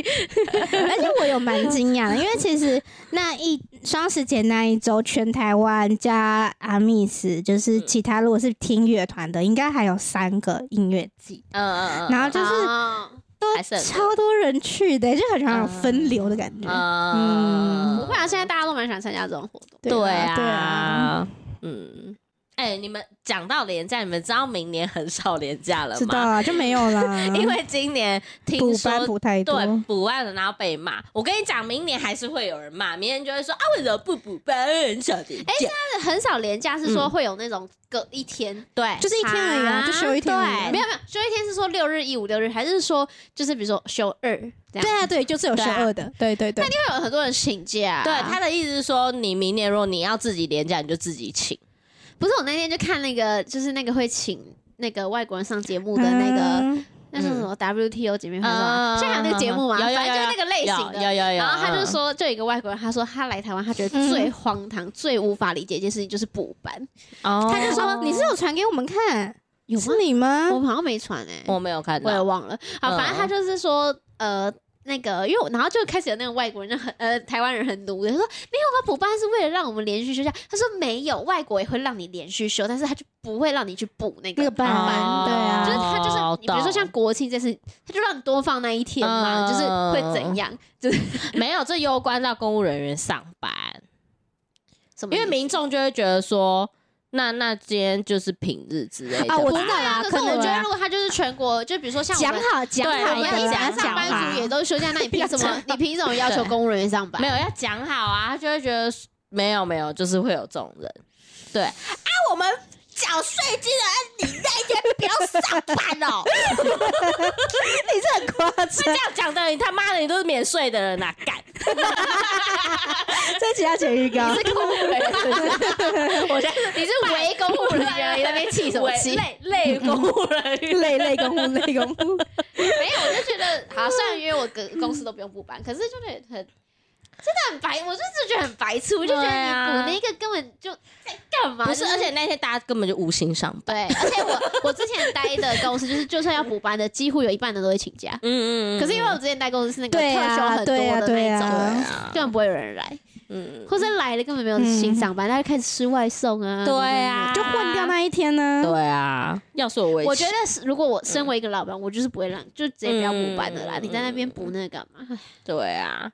而且我有蛮惊讶的，因为其实那一双十节那一周，全台湾加阿密斯，就是其他如果是听乐团的，应该还有三个音乐季，
嗯嗯嗯，
然后就是
哦
还是很
超多人去的，就很像有分流的感觉。
嗯，
嗯
不会啊，现在大家都蛮喜欢参加这种活动。
对
啊，对啊，
啊，嗯。哎、你们讲到廉价，你们知道明年很少廉价了
知道
吗？，
啊，就没有啦
因为今年听
补班
说
补太多。
对补完了，然后被骂。我跟你讲，明年还是会有人骂，明年就会说啊，为什么不补班？很少廉
哎
价。
但是很少廉价是说会有那种隔一天，
对，
就是一天而已啊，就休一天而已啊。
没有没有，休一天是说六日一五六日，还是说就是比如说休二这样？
对啊，对，就是有休二的，对对对。
会有很多人请假。
对他的意思是说，你明年如果你要自己廉价，你就自己请。
不是我那天就看那个，就是那个会请那个外国人上节目的那个，
嗯
那是什么 WTO 姐妹花是吧？嗯现在还有那个节目吗？
有有有
反正就是那个类型
有
的。
有有有。
然后他就说，就有一个外国人，他说他来台湾，他觉得最荒唐、最无法理解一件事情就是补班。
嗯，
他就说
哦
你是有传给我们看，
有吗
是你
啊
吗？
我好像没传哎、
我没有看
我也
到，
忘了。好，
嗯
反正他就是说，呃。那个，因为我然后就开始有那个外国人就很呃台湾人很奴的，他说没有啊，补班是为了让我们连续休假。他说没有，外国也会让你连续休，但是他就不会让你去补那
那
个
个班
哦
对啊
就是他就是
哦
你比如说像
懂
国庆这次，他就让你多放那一天
嗯
嘛，就是会怎样？就是
没有，这攸关到公务人员上班。
什么意
因为
思？
民众就会觉得说，那那今天就是平日之类的
啊我
吧
知道啦
可是
可能
我觉
啊
得如果他就是全国， 就比如说像我
讲
们
好讲
对
好
我
的
们
要
一
啦，
般
讲
上
讲
班族
好
也都休假，那你凭什么？你凭什么要求公务人员上班？
没有要讲好啊，他就会觉得没有没有，就是会有这种人。对啊，我们缴税金的，你那一天不要上班哦。
你这很夸
这
张，
样讲的，你他妈的，你都是免税的人呐、啊，干！
这集要剪预告
你，是公务人员，
我现在是
你是围公务人员，你在那边气什么 气？
累累公务人 员。
累累公务累公务，
没有，我就觉得，好，虽然因为我跟公司都不用补班，可是就是很真的很白，我就是觉得很白痴，我就觉得
对啊
你补那个根本就在干嘛？
不是，
就
而且那天大家根本就无心上班。
对，而且我我之前待的公司，就是就算要补班的，几乎有一半的都会请 假。
嗯嗯嗯。
可是因为我之前待公司是那个特
对啊
休很多
对啊
的那
对
一
啊
种，
嗯对啊
根本不会有人来，
嗯，
或者来了根本没有心上班，大家开始吃外送啊。
对啊，
就混掉。那一天呢？
对啊，要是我
然后
我也
我觉得是，如果我身为一个老板，我就是不会让，就直接不要补班的啦。
嗯
你在那边补那个干嘛？
对啊，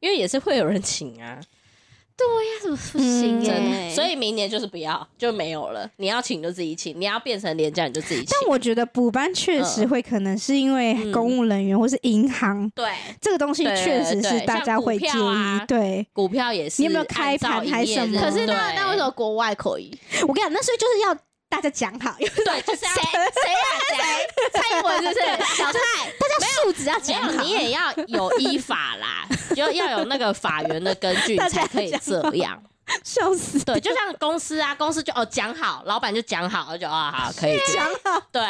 因为也是会有人请啊，
哎呀，怎么不行
嗯
真的。
哎？
所以明年就是不要，就没有了。你要请就自己请，你要变成廉价你就自己请。
但我觉得补班确实会可能是因为公务人员或是银行
对
这个东西，确实
对对
是
对
大家会介
像股票啊
意。对
股票也是，
你有没有开盘还是什么
可是那
对
那为什么国外可以？
我跟你讲，那时候就是要大家讲好，因为
对就是要
谁谁啊谁？蔡英文是不是？小蔡，
大家素质要
没
讲
有，
好
你。也要有依法啦，就要有那个法源的根据，你
大家
才可以
讲
这
好
样。
笑死，
对，就像公司啊，公司就哦讲好，老板就讲好，就啊好可以这样
讲好。
对，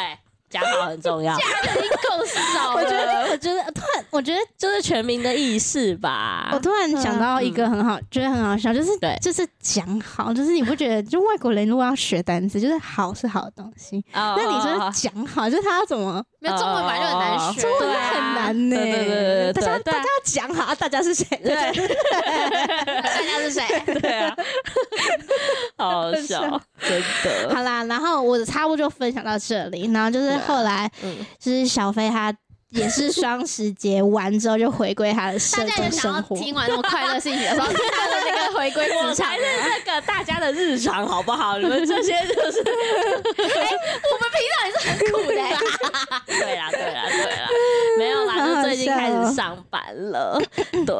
讲好很重要。
够少
我觉
了。
得，我觉得突然，我觉得
就是全民的意识吧。
哦
我突然想到一个很好，觉得很好笑，就是
对
就是讲好，就是你不觉得，就外国人如果要学单词，就是好是好的东西，
那
那你
哦
说讲好，就是他要怎么，
没有中哦文本来就很难学，
中文
对啊
很难呢？
对对对对对
大家
对
大
啊
家要讲好，啊大家是谁？
对
大家是谁？
对 啊，好好笑，真的。
好啦，然后我的差不多就分享到这里，然后就是后来
嗯
就是小飞他也是双十节完之后就回归他的社
大家
交
也想要
生活。
听完那么快乐性的时候，听到的那个回归
我
职场
才是。这个大家的日常，好不好？你们这些就是
苦的、
对啦，对啦，对啦，没有啦，就最近开始上班了， 对。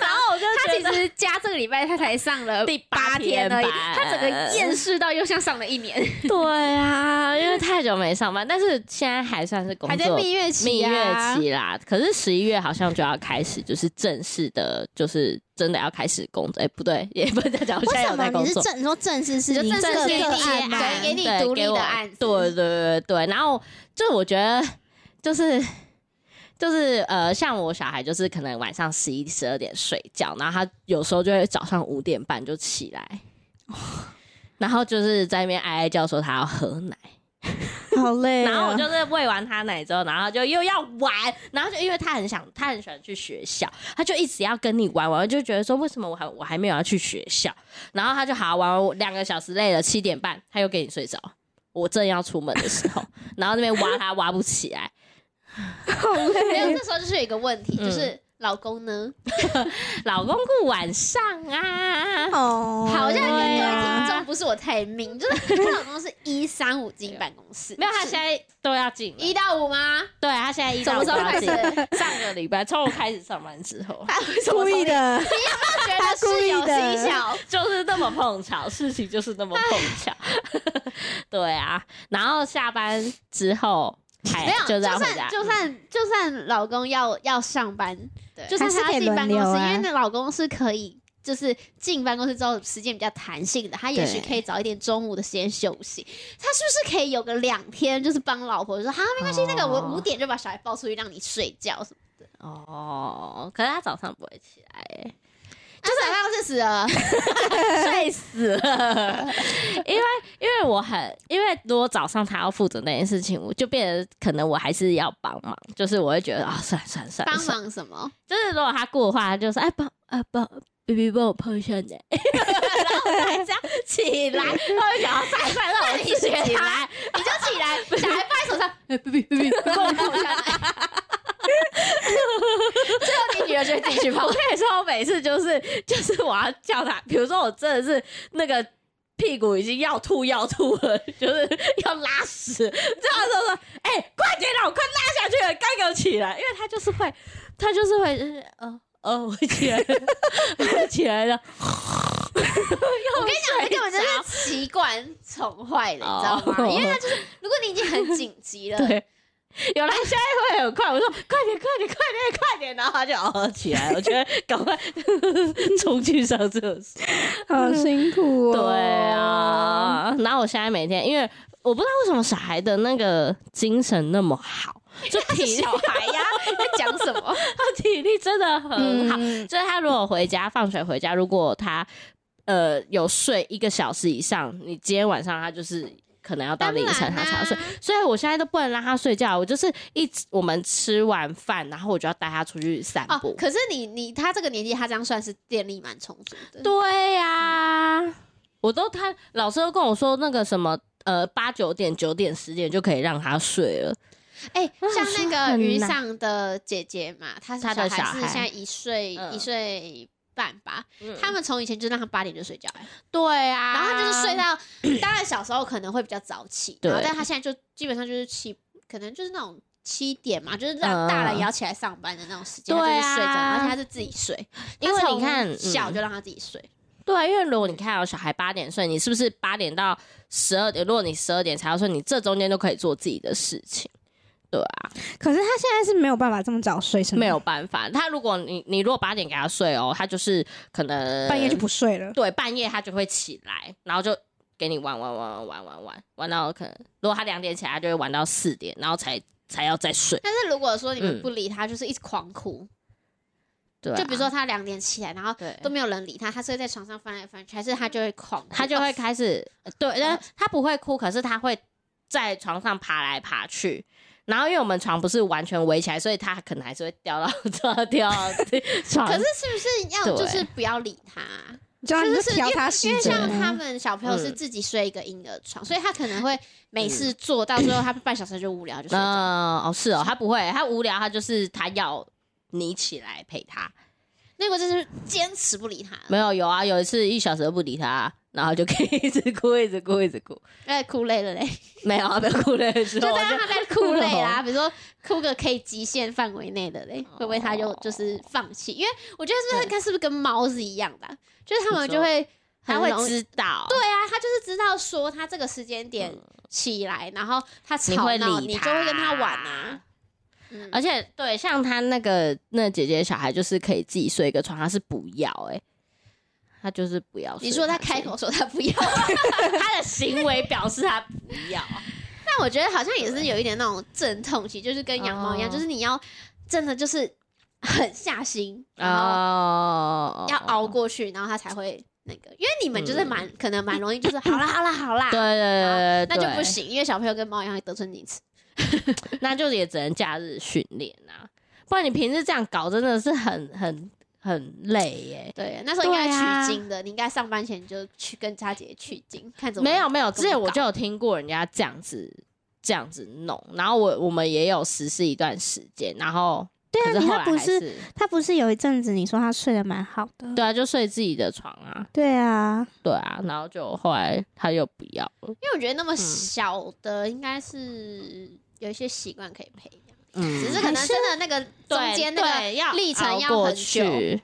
然后我就
他
觉
其
得，
实加这个礼拜他才上了
第八
八天而已，
天吧
他整个厌世到又像上了一年，
对啊，因为太久没上班，但是现在还算是工
还在
作
蜜月期、
蜜月
啊，
期啦。可是十一月好像就要开始，就是正式的，就是真的要开始工作。哎、不对，也不能再讲，我
为
现在
什
有在
么
工
你是
作。
正你说正式是
就
你
正
这
式
个
给你
个
一
案吗
对给你
对
独立
给我
的案子
对对对对，然后就是我觉得就是。就是呃，像我小孩，就是可能晚上十一、十二点睡觉，然后他有时候就会早上五点半就起来，然后就是在那边哀哀叫说他要喝奶，
好累啊、
然后我就是喂完他奶之后，然后就又要玩，然后就因为他很想，他很喜欢去学校，他就一直要跟你玩玩，我就觉得说为什么我还我还没有要去学校，然后他就好玩玩两个小时累了，七点半他又跟你睡着，我正要出门的时候，然后那边挖他挖不起来，
没有，这时候就是有一个问题，
嗯
就是老公呢，
老公顾晚上啊，
哦，
好像跟各位听
对啊
众不是我太明，就是她老公是一三五进办公室，
没有他现
在
在都要进了，
一到五吗？
对他现在一
什么时候
到五都要
开始？
进了上个礼拜从我开始上班之后，
故意的，
他觉得
故
室
意
友
的
心小，
就是那么碰巧，事情就是那么碰巧。 对啊，然后下班之后还
没有，
就
就是
要回家，
算就算就算老公要要上班，对，就
还
算
是
他
可以
要进办公
轮
室，
流啊
因为那老公是可以。就是进办公室之后时间比较弹性的，他也许
对
可以早一点中午的时间休息。他是不是可以有个两天，就是帮老婆说，好，没关系，
哦
那个我五点就把小孩抱出去让你睡觉什么
哦。可是他早上不会起来、欸，
的，啊就是在办公室死了，
睡死了。 因为因为我很，因为如果早上他要负责那件事情，我就变得可能我还是要帮忙，就是我会觉得啊、算了算了算了，
帮
算了
忙什么？
就是如果他过的话，他就说哎帮啊帮。baby 帮我泡一下奶， 然后大家起来，他会想要晒晒，让我
你
自己
起
起来
来，你就起来，小孩放在手上，哎，baby baby，帮我抱一下来。最后你女儿就会自己去
我
泡
跟你说，我每次就是就是我要叫他，比如说我真的是那个屁股已经要吐要吐了，就是要拉屎，这样说说，哎、快点啦，我快拉下去了，该给我起来，因为他就是会，他就是会，就是呃呃，我起来了，我起来了，
我跟你讲，他根本就是习惯宠坏了，你知道吗？
哦
因为他就是，如果你已经很紧 急了，
对。有啦，现在会很快。我说快点，快点，快点，快点，然后他就嗷起来。我觉得赶快 冲去上厕所。
好辛苦哦。
对，啊，然后我现在每天，因为我不知道为什么小孩的那个精神那么好，就体力
小孩呀，在讲什 么？
他体力真的很好。
嗯
就是他如果回家放学回家，如果他呃有睡一个小时以上，你今天晚上他就是可能要到凌晨他才要睡。
当然啊
所以我现在都不能让他睡觉，我就是一直我们吃完饭，然后我就要带他出去散
哦
步。，
可是你你他这个年纪，他这样算是电力蛮充足的。
对呀、我都他老师都跟我说那个什么呃八九点九点十点就可以让他睡了，
哎、像那个
很
鱼
难
上的姐姐嘛，她是
她的小
孩是嗯
孩
现在一岁、
嗯
一岁半吧，他
他
们从以前就让她八点就睡觉、哎
对啊，
然后就是睡到，当然小时候可能会比较早起，然后
对
但他现在就基本上就是七，可能就是那种七点嘛，就是让大人也要起来上班的那种时间，
嗯
他就是睡着，
对啊
而且他是自己睡，
因为
他从
你看嗯
小就让他自己睡，
对，因为如果你看到小孩八点睡，你是不是八点到十二点？如果你十二点才要睡，你这中间都可以做自己的事情。对啊，
可是他现在是没有办法这么早睡，是吗
没有办法。他如果你你如果八点给他睡哦，他就是可能
半夜就不睡了。
对，半夜他就会起来，然后就给你玩玩玩玩玩玩玩，玩到可能如果他两点起来，他就会玩到四点，然后才才要再睡。
但是如果说你们
嗯
不理他，就是一直狂哭，
对啊、
就比如说他两点起来，然后
对
都没有人理他，他是会在床上翻来翻去，还是他就会狂哭，哦嗯
他就会开始，呃对，但他不会哭，可是他会在床上爬来爬去。然后因为我们床不是完全围起来，所以他可能 还是会掉到嗯掉到床。
可是是不是要
对
就是不要理他？
就要你
就
就是调他
因
时
为
针
像
啊，
他们小朋友是
嗯
自己睡一个婴儿床，所以他可能会每次做到最后，他半小时就无聊就睡着。
嗯，哦，是哦，他不会，他无聊，他就是他要你起来陪他。
嗯那个就是坚持不理他，
没有，有啊，有一次一小时都不理他，然后就可以 一直哭，一直哭，一直哭。
哎，哭累了嘞，
没有，他哭累的时
就
候，我
当他在哭
了
累啊啦，比如说哭个可以极限范围内的嘞，会不会他就就是放弃？因为我觉得是不是
对
跟是不是跟猫是一样的啊，就是他们
你
就
说
会很
他会
容易
知道。
对啊，他就是知道说他这个时间点起来，然后他
你
吵
会
闹，
理
你就会跟他玩啊。。嗯，
而且对，像他那个那姐姐小孩，就是可以自己睡一个床，他是不要哎、他就是不要睡。
你说他开口说他 不要，
他的行为表示他不 要，
但我觉得好像也是有一点那种阵痛期，就是跟养猫一样，
哦
就是你要真的就是很下心，然后
哦，嗯
要熬过去，然后他才会那个。因为你们就是蛮、可能蛮容易，就是好啦好啦好啦，
对。对对对，
那就不
对，
行，因为小朋友跟猫一样会得寸进尺。
那就也只能假日训练啊，不然你平时这样搞真的是很很很累欸耶、
对，那时候应该
对啊
取经的，你应该上班前就去跟佳姐取经，看怎么
没有没有，之
怎
前
么
我
搞
就有听过人家这样子这样子弄，然后我我们也有实施一段时间，然后对
啊
可是
你
后
看
来
不
还
是他不是有一阵子你说他睡得蛮好的？
对啊，就睡自己的床啊，
对啊，
对啊，然后就后来他又不要了，
因为我觉得
嗯
那么小的应该是有一些习惯可以培养，
嗯
只是可能真的那个中间那个
要
历程
熬
要
过
很久
去，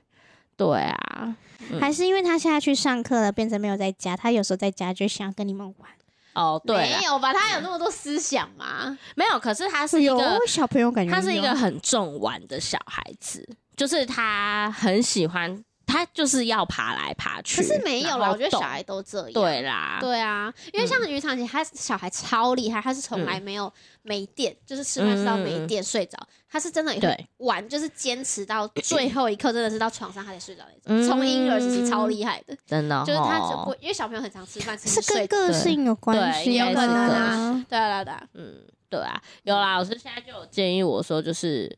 对啊，嗯
还是因为他现在去上课了，变成没有在家，他有时候在家就想要跟你们玩。
哦对啦嗯
没有吧？他有那么多思想吗？
没有，哦可是他是一个
有小朋友感觉
他是一
有
个很重玩的小孩子，就是他很喜欢，他就是要爬来爬去。
可是没有
然
啦，
后
我觉得小
动
孩都这样。
对啦，
对啊，因为像于长杰，他小孩超厉害，他是从来没有没电，就是吃饭吃到没电睡着，他是真的也会
对
玩，就是坚持到最后一刻，真的是到床上他才睡着那种。
嗯
从婴儿时期超厉害的，
真的哦
就是他只
吼
不因为小朋友很常吃饭，吃
是
睡
跟个
对
性有关
对
系，
应该
是个
啊。
对啊对啊对啊，
嗯，对啊，有啦，老师现在就有建议我说，就是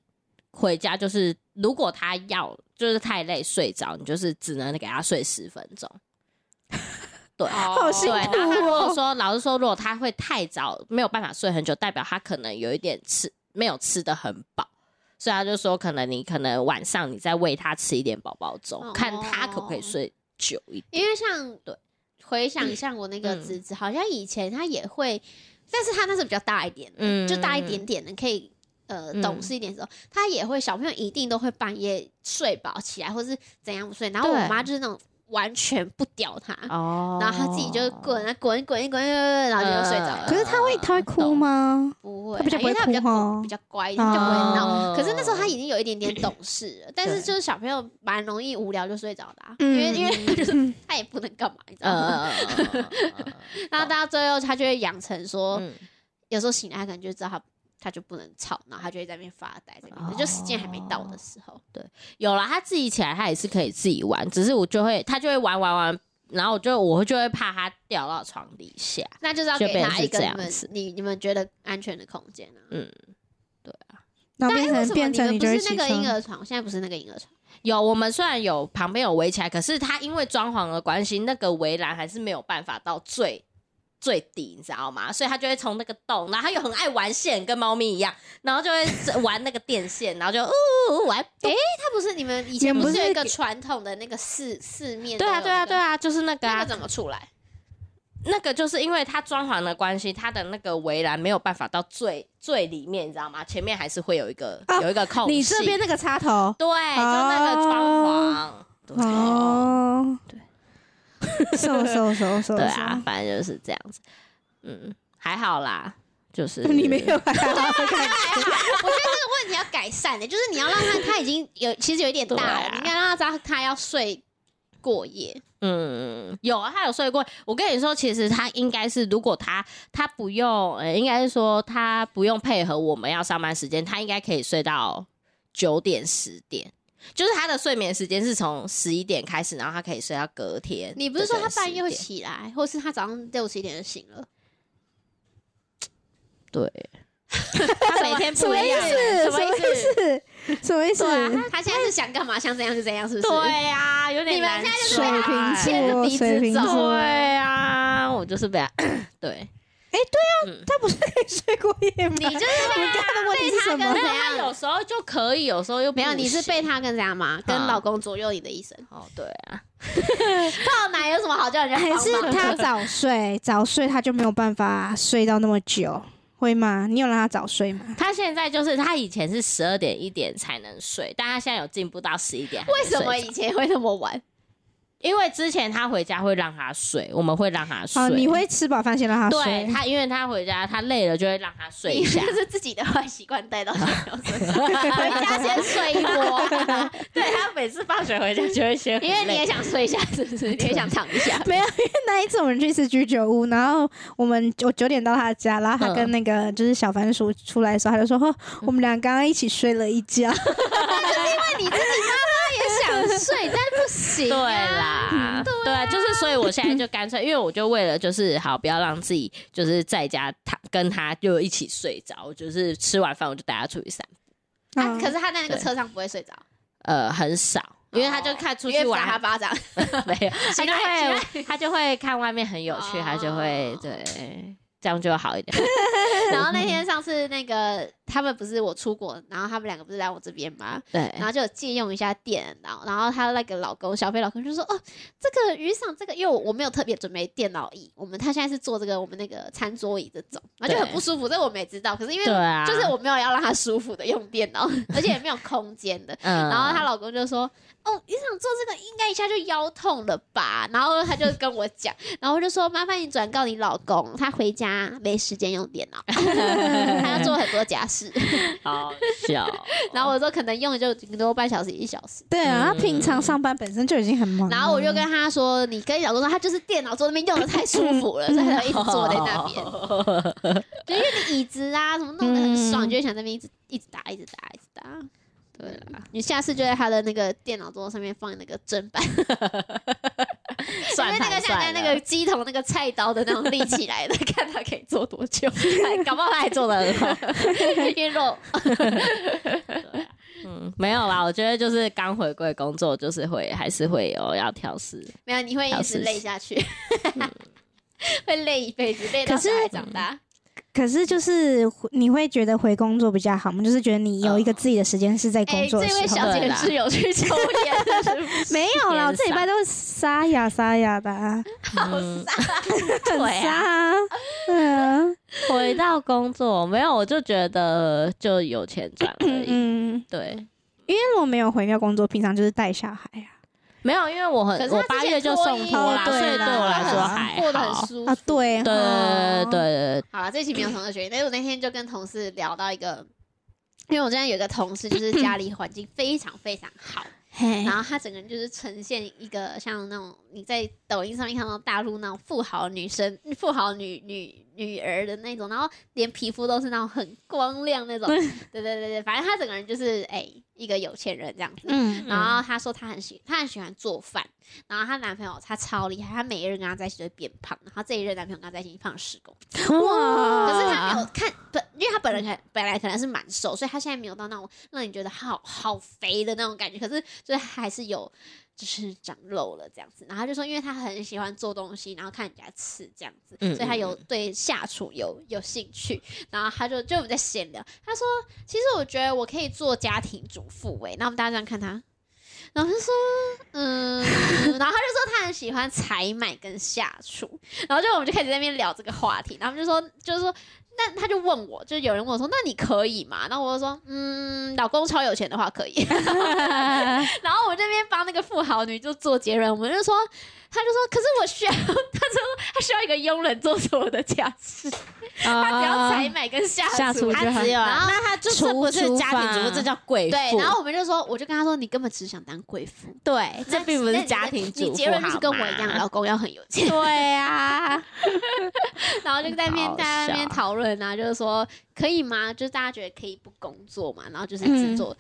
回家就是如果他要就是太累睡着，你就是只能给他睡十分 钟。对，啊
好
辛
对，
苦
然后他如
哦
果说老师说，如果他会太早没有办法睡很久，代表他可能有一点吃没有吃的很饱，所以他就说可能你可能晚上你再喂他吃一点宝宝粥，
哦
看他可不可以睡久一点。
因为像
对
回想一下我那个
嗯
侄子，好像以前他也会，但是他那时候比较大一点，
嗯
就大一点点的，可以呃
嗯
懂事一点的时候，他也会小朋友一定都会半夜睡饱起来，或是怎样不睡。然后我
对
妈就是那种完全不屌他，
哦
然后他自己就滚啊滚滚一滚，然后就又睡着了。
嗯可是他会他会哭吗？
不会
他比较
啊，因为
不会
他比较
哭哦
比较乖，他比较不会闹。
哦
可是那时候他已经有一点点懂事了，但是
对
就是小朋友蛮容易无聊就睡着的啊，因
嗯
为因为他就是他也不能干嘛，你知道吗？
呃，
那到最后，他就会养成说，
嗯
有时候醒来他可能就知道他他就不能吵，然后他就会在那边发呆，这边、就时间还没到的时候，
有了，他自己起来，他也是可以自己玩，只是我就会，他就会玩玩玩，然后我就我就会怕他掉到床底下。
那就是要
就
给
变
他
成
一
这
个你
样
们
子
你你们觉得安全的空间啊。
然后变
为
成
什么
变
你
成
们不
就是会
那
起
个婴
床，
儿床？现在不是那个婴儿床，
有，我们虽然有旁边有围起来，可是它因为装潢的关系，那个围栏还是没有办法到最最底，你知道吗？所以它就会从那个洞，然后它又很爱玩线，跟猫咪一样，然后就会玩那个电线，然后就呜呜呜玩。
它不是你们以前
你们
不
不
是
是
有一个传统的那个四四面
对
都有
啊，
那个？
对啊，对啊，就是那个
那
啊
个，怎么出来？
那个就是因为它装潢的关系，它的那个围栏没有办法到最最里面，你知道吗？前面还是会有一个、
哦
有一个空隙。
你这边那个插头
对，就是那个装潢。对
哦，
对，
瘦瘦瘦瘦，
对啊，，反正就是这样子。嗯，还好啦，就是
你没有还好的感觉，
问题要改善的、就是你要让他他已经有其实有一点大
对
了，
啊
你应该让他知道他要睡过夜。
嗯，有啊，他有睡过。我跟你说，其实他应该是，如果他他不用，呃、应该是说他不用配合我们要上班时间，他应该可以睡到九点十点。就是他的睡眠时间是从十一点开始，然后他可以睡到隔天。
你不是说他半夜
10
会
点？
起来，或是他早上六七点就醒了？
对， 他每天不一样，
什
什
么
么
意
意思？
思？什么意思？
对啊
他现在是想干嘛，想怎样就怎样，是不是？
对呀，有点
你们
难
现在就是
水
说
被他
瓶
哎
牵着
座，
鼻子
水瓶
走
座，
对啊，我就是被他 对，
他不是可以睡过夜吗？
你就是
我们刚刚啊的问题是什么
被
没？
怎
有
样
他有时候就可以，有时候又不
没有，你是
行
被他跟怎样嘛？跟
啊
老公左右你的一生，
哦，对啊，
泡奶有什么好叫人家帮
还
忙？
是他 早睡，早睡他就没有办法睡到那么久，会吗？你有让他早睡吗？
他现在就是他以前是十二点一点才能睡，但他现在有进步到十一点还没
为
睡着。
什么以前会那么晚？
因为之前他回家会让他睡，我们会让他睡。
哦，你会吃饱饭先让他
对
睡。
他，因为他回家他累了就会让他睡
你
一下。
就是自己的坏习惯带到小朋友身 上，回家先睡一波，
对他每次放学回家就会先很
因为你
累
也想睡一下，是不是？你也想躺一下，
没有，因为那一次我们去吃居酒屋，然后我们我九点到他家，然后他跟那个就是小番薯出来的时候，他就说：“哦，我们俩刚刚一起睡了一觉。
你自己妈妈也想睡，但不行、
对
啊。
啦，对啊，就是所以我现在就干脆，因为我就为了就是好不要让自己就是在家他跟他就一起睡着，我就是吃完饭我就带他出去散步，
啊，
嗯
可是他在那个车上不会睡着，
呃，很少，因为他就看出去
因为打他
玩
巴掌，
没有，他就会他就会看外面很有趣，
哦
他就会对，这样就好一点。
然后那
嗯
天上次那个他们不是我出国，然后他们两个不是来我这边吗？
对，
然后就有借用一下电脑，然后她那个老公小飞老公就说：“哦，这个雨伞，这个因为我我没有特别准备电脑椅，我们他现在是坐这个我们那个餐桌椅这种，然后就很
对
不舒服，这我们也知道，可是因为
对啊，
就是我没有要让他舒服的用电脑， 而且也没有空间的。”
嗯，
然后她老公就说：“哦，你想做这个，应该一下就腰痛了吧？”然后他就跟我讲，然后我就说：“麻烦你转告你老公，他回家没时间用电脑， 他要做很多家事。
好笑，
然后我说可能用就顶多半小时一小时。”
对啊，他
嗯
平常上班本身就已经很忙了。啊
然后我就跟他说：“你跟老公说，他就是电脑桌那边用的太舒服了，所以他就一直坐在 那边。就因为你椅子啊什么弄得很爽，
嗯
你就会想在那边一直一直打，一直打，一直打。对啦，你下次就在他的那个电脑桌上面放那个砧板，因
算
为那个像在那个鸡桶那个菜刀的那种立起来的， 看他可以做多久，哎
个，搞不好他还做的很 好。
因 为肉啊
嗯，没有啦，我觉得就是刚回归工作，就是会还是会有要调试。
没有，你会一直累下去， 会累一辈子，累到
可是嗯
小孩长大。
可是就是回你会觉得回工作比较好吗？就是觉得你有一个自己的时间是在
哎、
工
这
作的时
位
候。
小姐是有去抽烟，是不 是？
没有啦，
天
我这礼拜都是沙哑沙哑的、啊，
好
嗯
傻，
很
对啊
沙、啊。对啊，
回到工作，没有，我就觉得就有钱赚而
嗯
已。
嗯，
对，
因为我没有回到工作，平常就是带小孩啊。
没有，因为我
可是
很
他
我
之前
八月就
脱
送
衣
托啦，
哦对
所以对
啦
我来说
他很
还好。
过得很舒服。
啊，对
对
哦
对对
好了，这期没有同学学，但是我那天就跟同事聊到一个，因为我今天有一个同事，就是家里环境非常非常好，
嘿
然后他整个人就是呈现一个像那种你在抖音上面看到大陆那种富豪女生、富豪女女女儿的那种，然后连皮肤都是那种很光亮那种，对对对对，反正他整个人就是哎、一个有钱人这样子。
嗯，
然后她说她很喜，她很喜欢做饭。然后她男朋友他超厉害，她每一任跟她在一起都会变胖。然后这一任男朋友跟她在一起胖十公斤，
对，哇
可是她没有
啊
看本，因为她本人可本来可能是蛮瘦，所以她现在没有到那种让你觉得好好肥的那种感觉。可是就是还是有。就是长肉了这样子，然后她就说，因为她很喜欢做东西，然后看人家吃这样子，
嗯
所以她
嗯
有对下厨有有兴趣。然后她就就我们在闲聊，她说其实我觉得我可以做家庭主妇哎、欸，然后我们大家这样看她，然后她说嗯， 然后她就说她很喜欢采买跟下厨，然后就我们就开始在那边聊这个话题，然后我们就说就是说。那她就问我，就是有人问我说：“那你可以吗？”然后我就说：“嗯，老公超有钱的话可以。”然后我这边帮那个富豪女就做结论，我们就说，她就说，可是我需要，她说她需要一个佣人做所有的家事，她只要采买跟下
啊下厨
厨。啊
就
她
好
只有，然后
那他就
厨
这不是家庭主
厨
妇，
房
这叫贵妇。
对，然后我们就说，我就跟她说，你根本只想当贵妇，
对，这并不
那
是
你
家庭主妇，
你结论就是跟我
好吗
一样，老公要很有 钱。
对啊，
然后就在那边
好
大家在那边
笑嗯
讨论啊，就是说可以吗？就是大家觉得可以不工作嘛，然后就是只做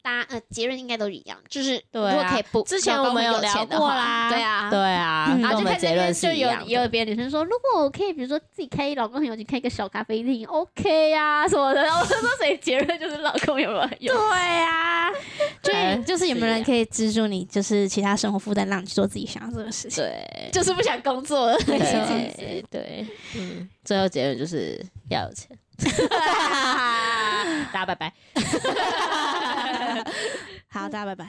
大家呃结论应该都一样，就是
对啊
如果可以不，
之前
有
我们
有
有聊
钱的
过
话
啦
对啊，
对啊，
嗯
跟
然
我
后就
们
看这
结
边
论
就是
一
有
样的
也有别的女生说，如果我可以，比如说自己开老公很有钱，开一个小咖啡厅，OK 呀、什么的。然后我就说，所以结论就是老公有没有有？
呀、
哎
就就是有没有人可以资助你，就是其他生活负担，让你去做自己想要做的事 情？
对
就是不想工作了，
对
错
对对，嗯，最后结论就是要有 钱。 大家拜拜。
好，大家拜拜。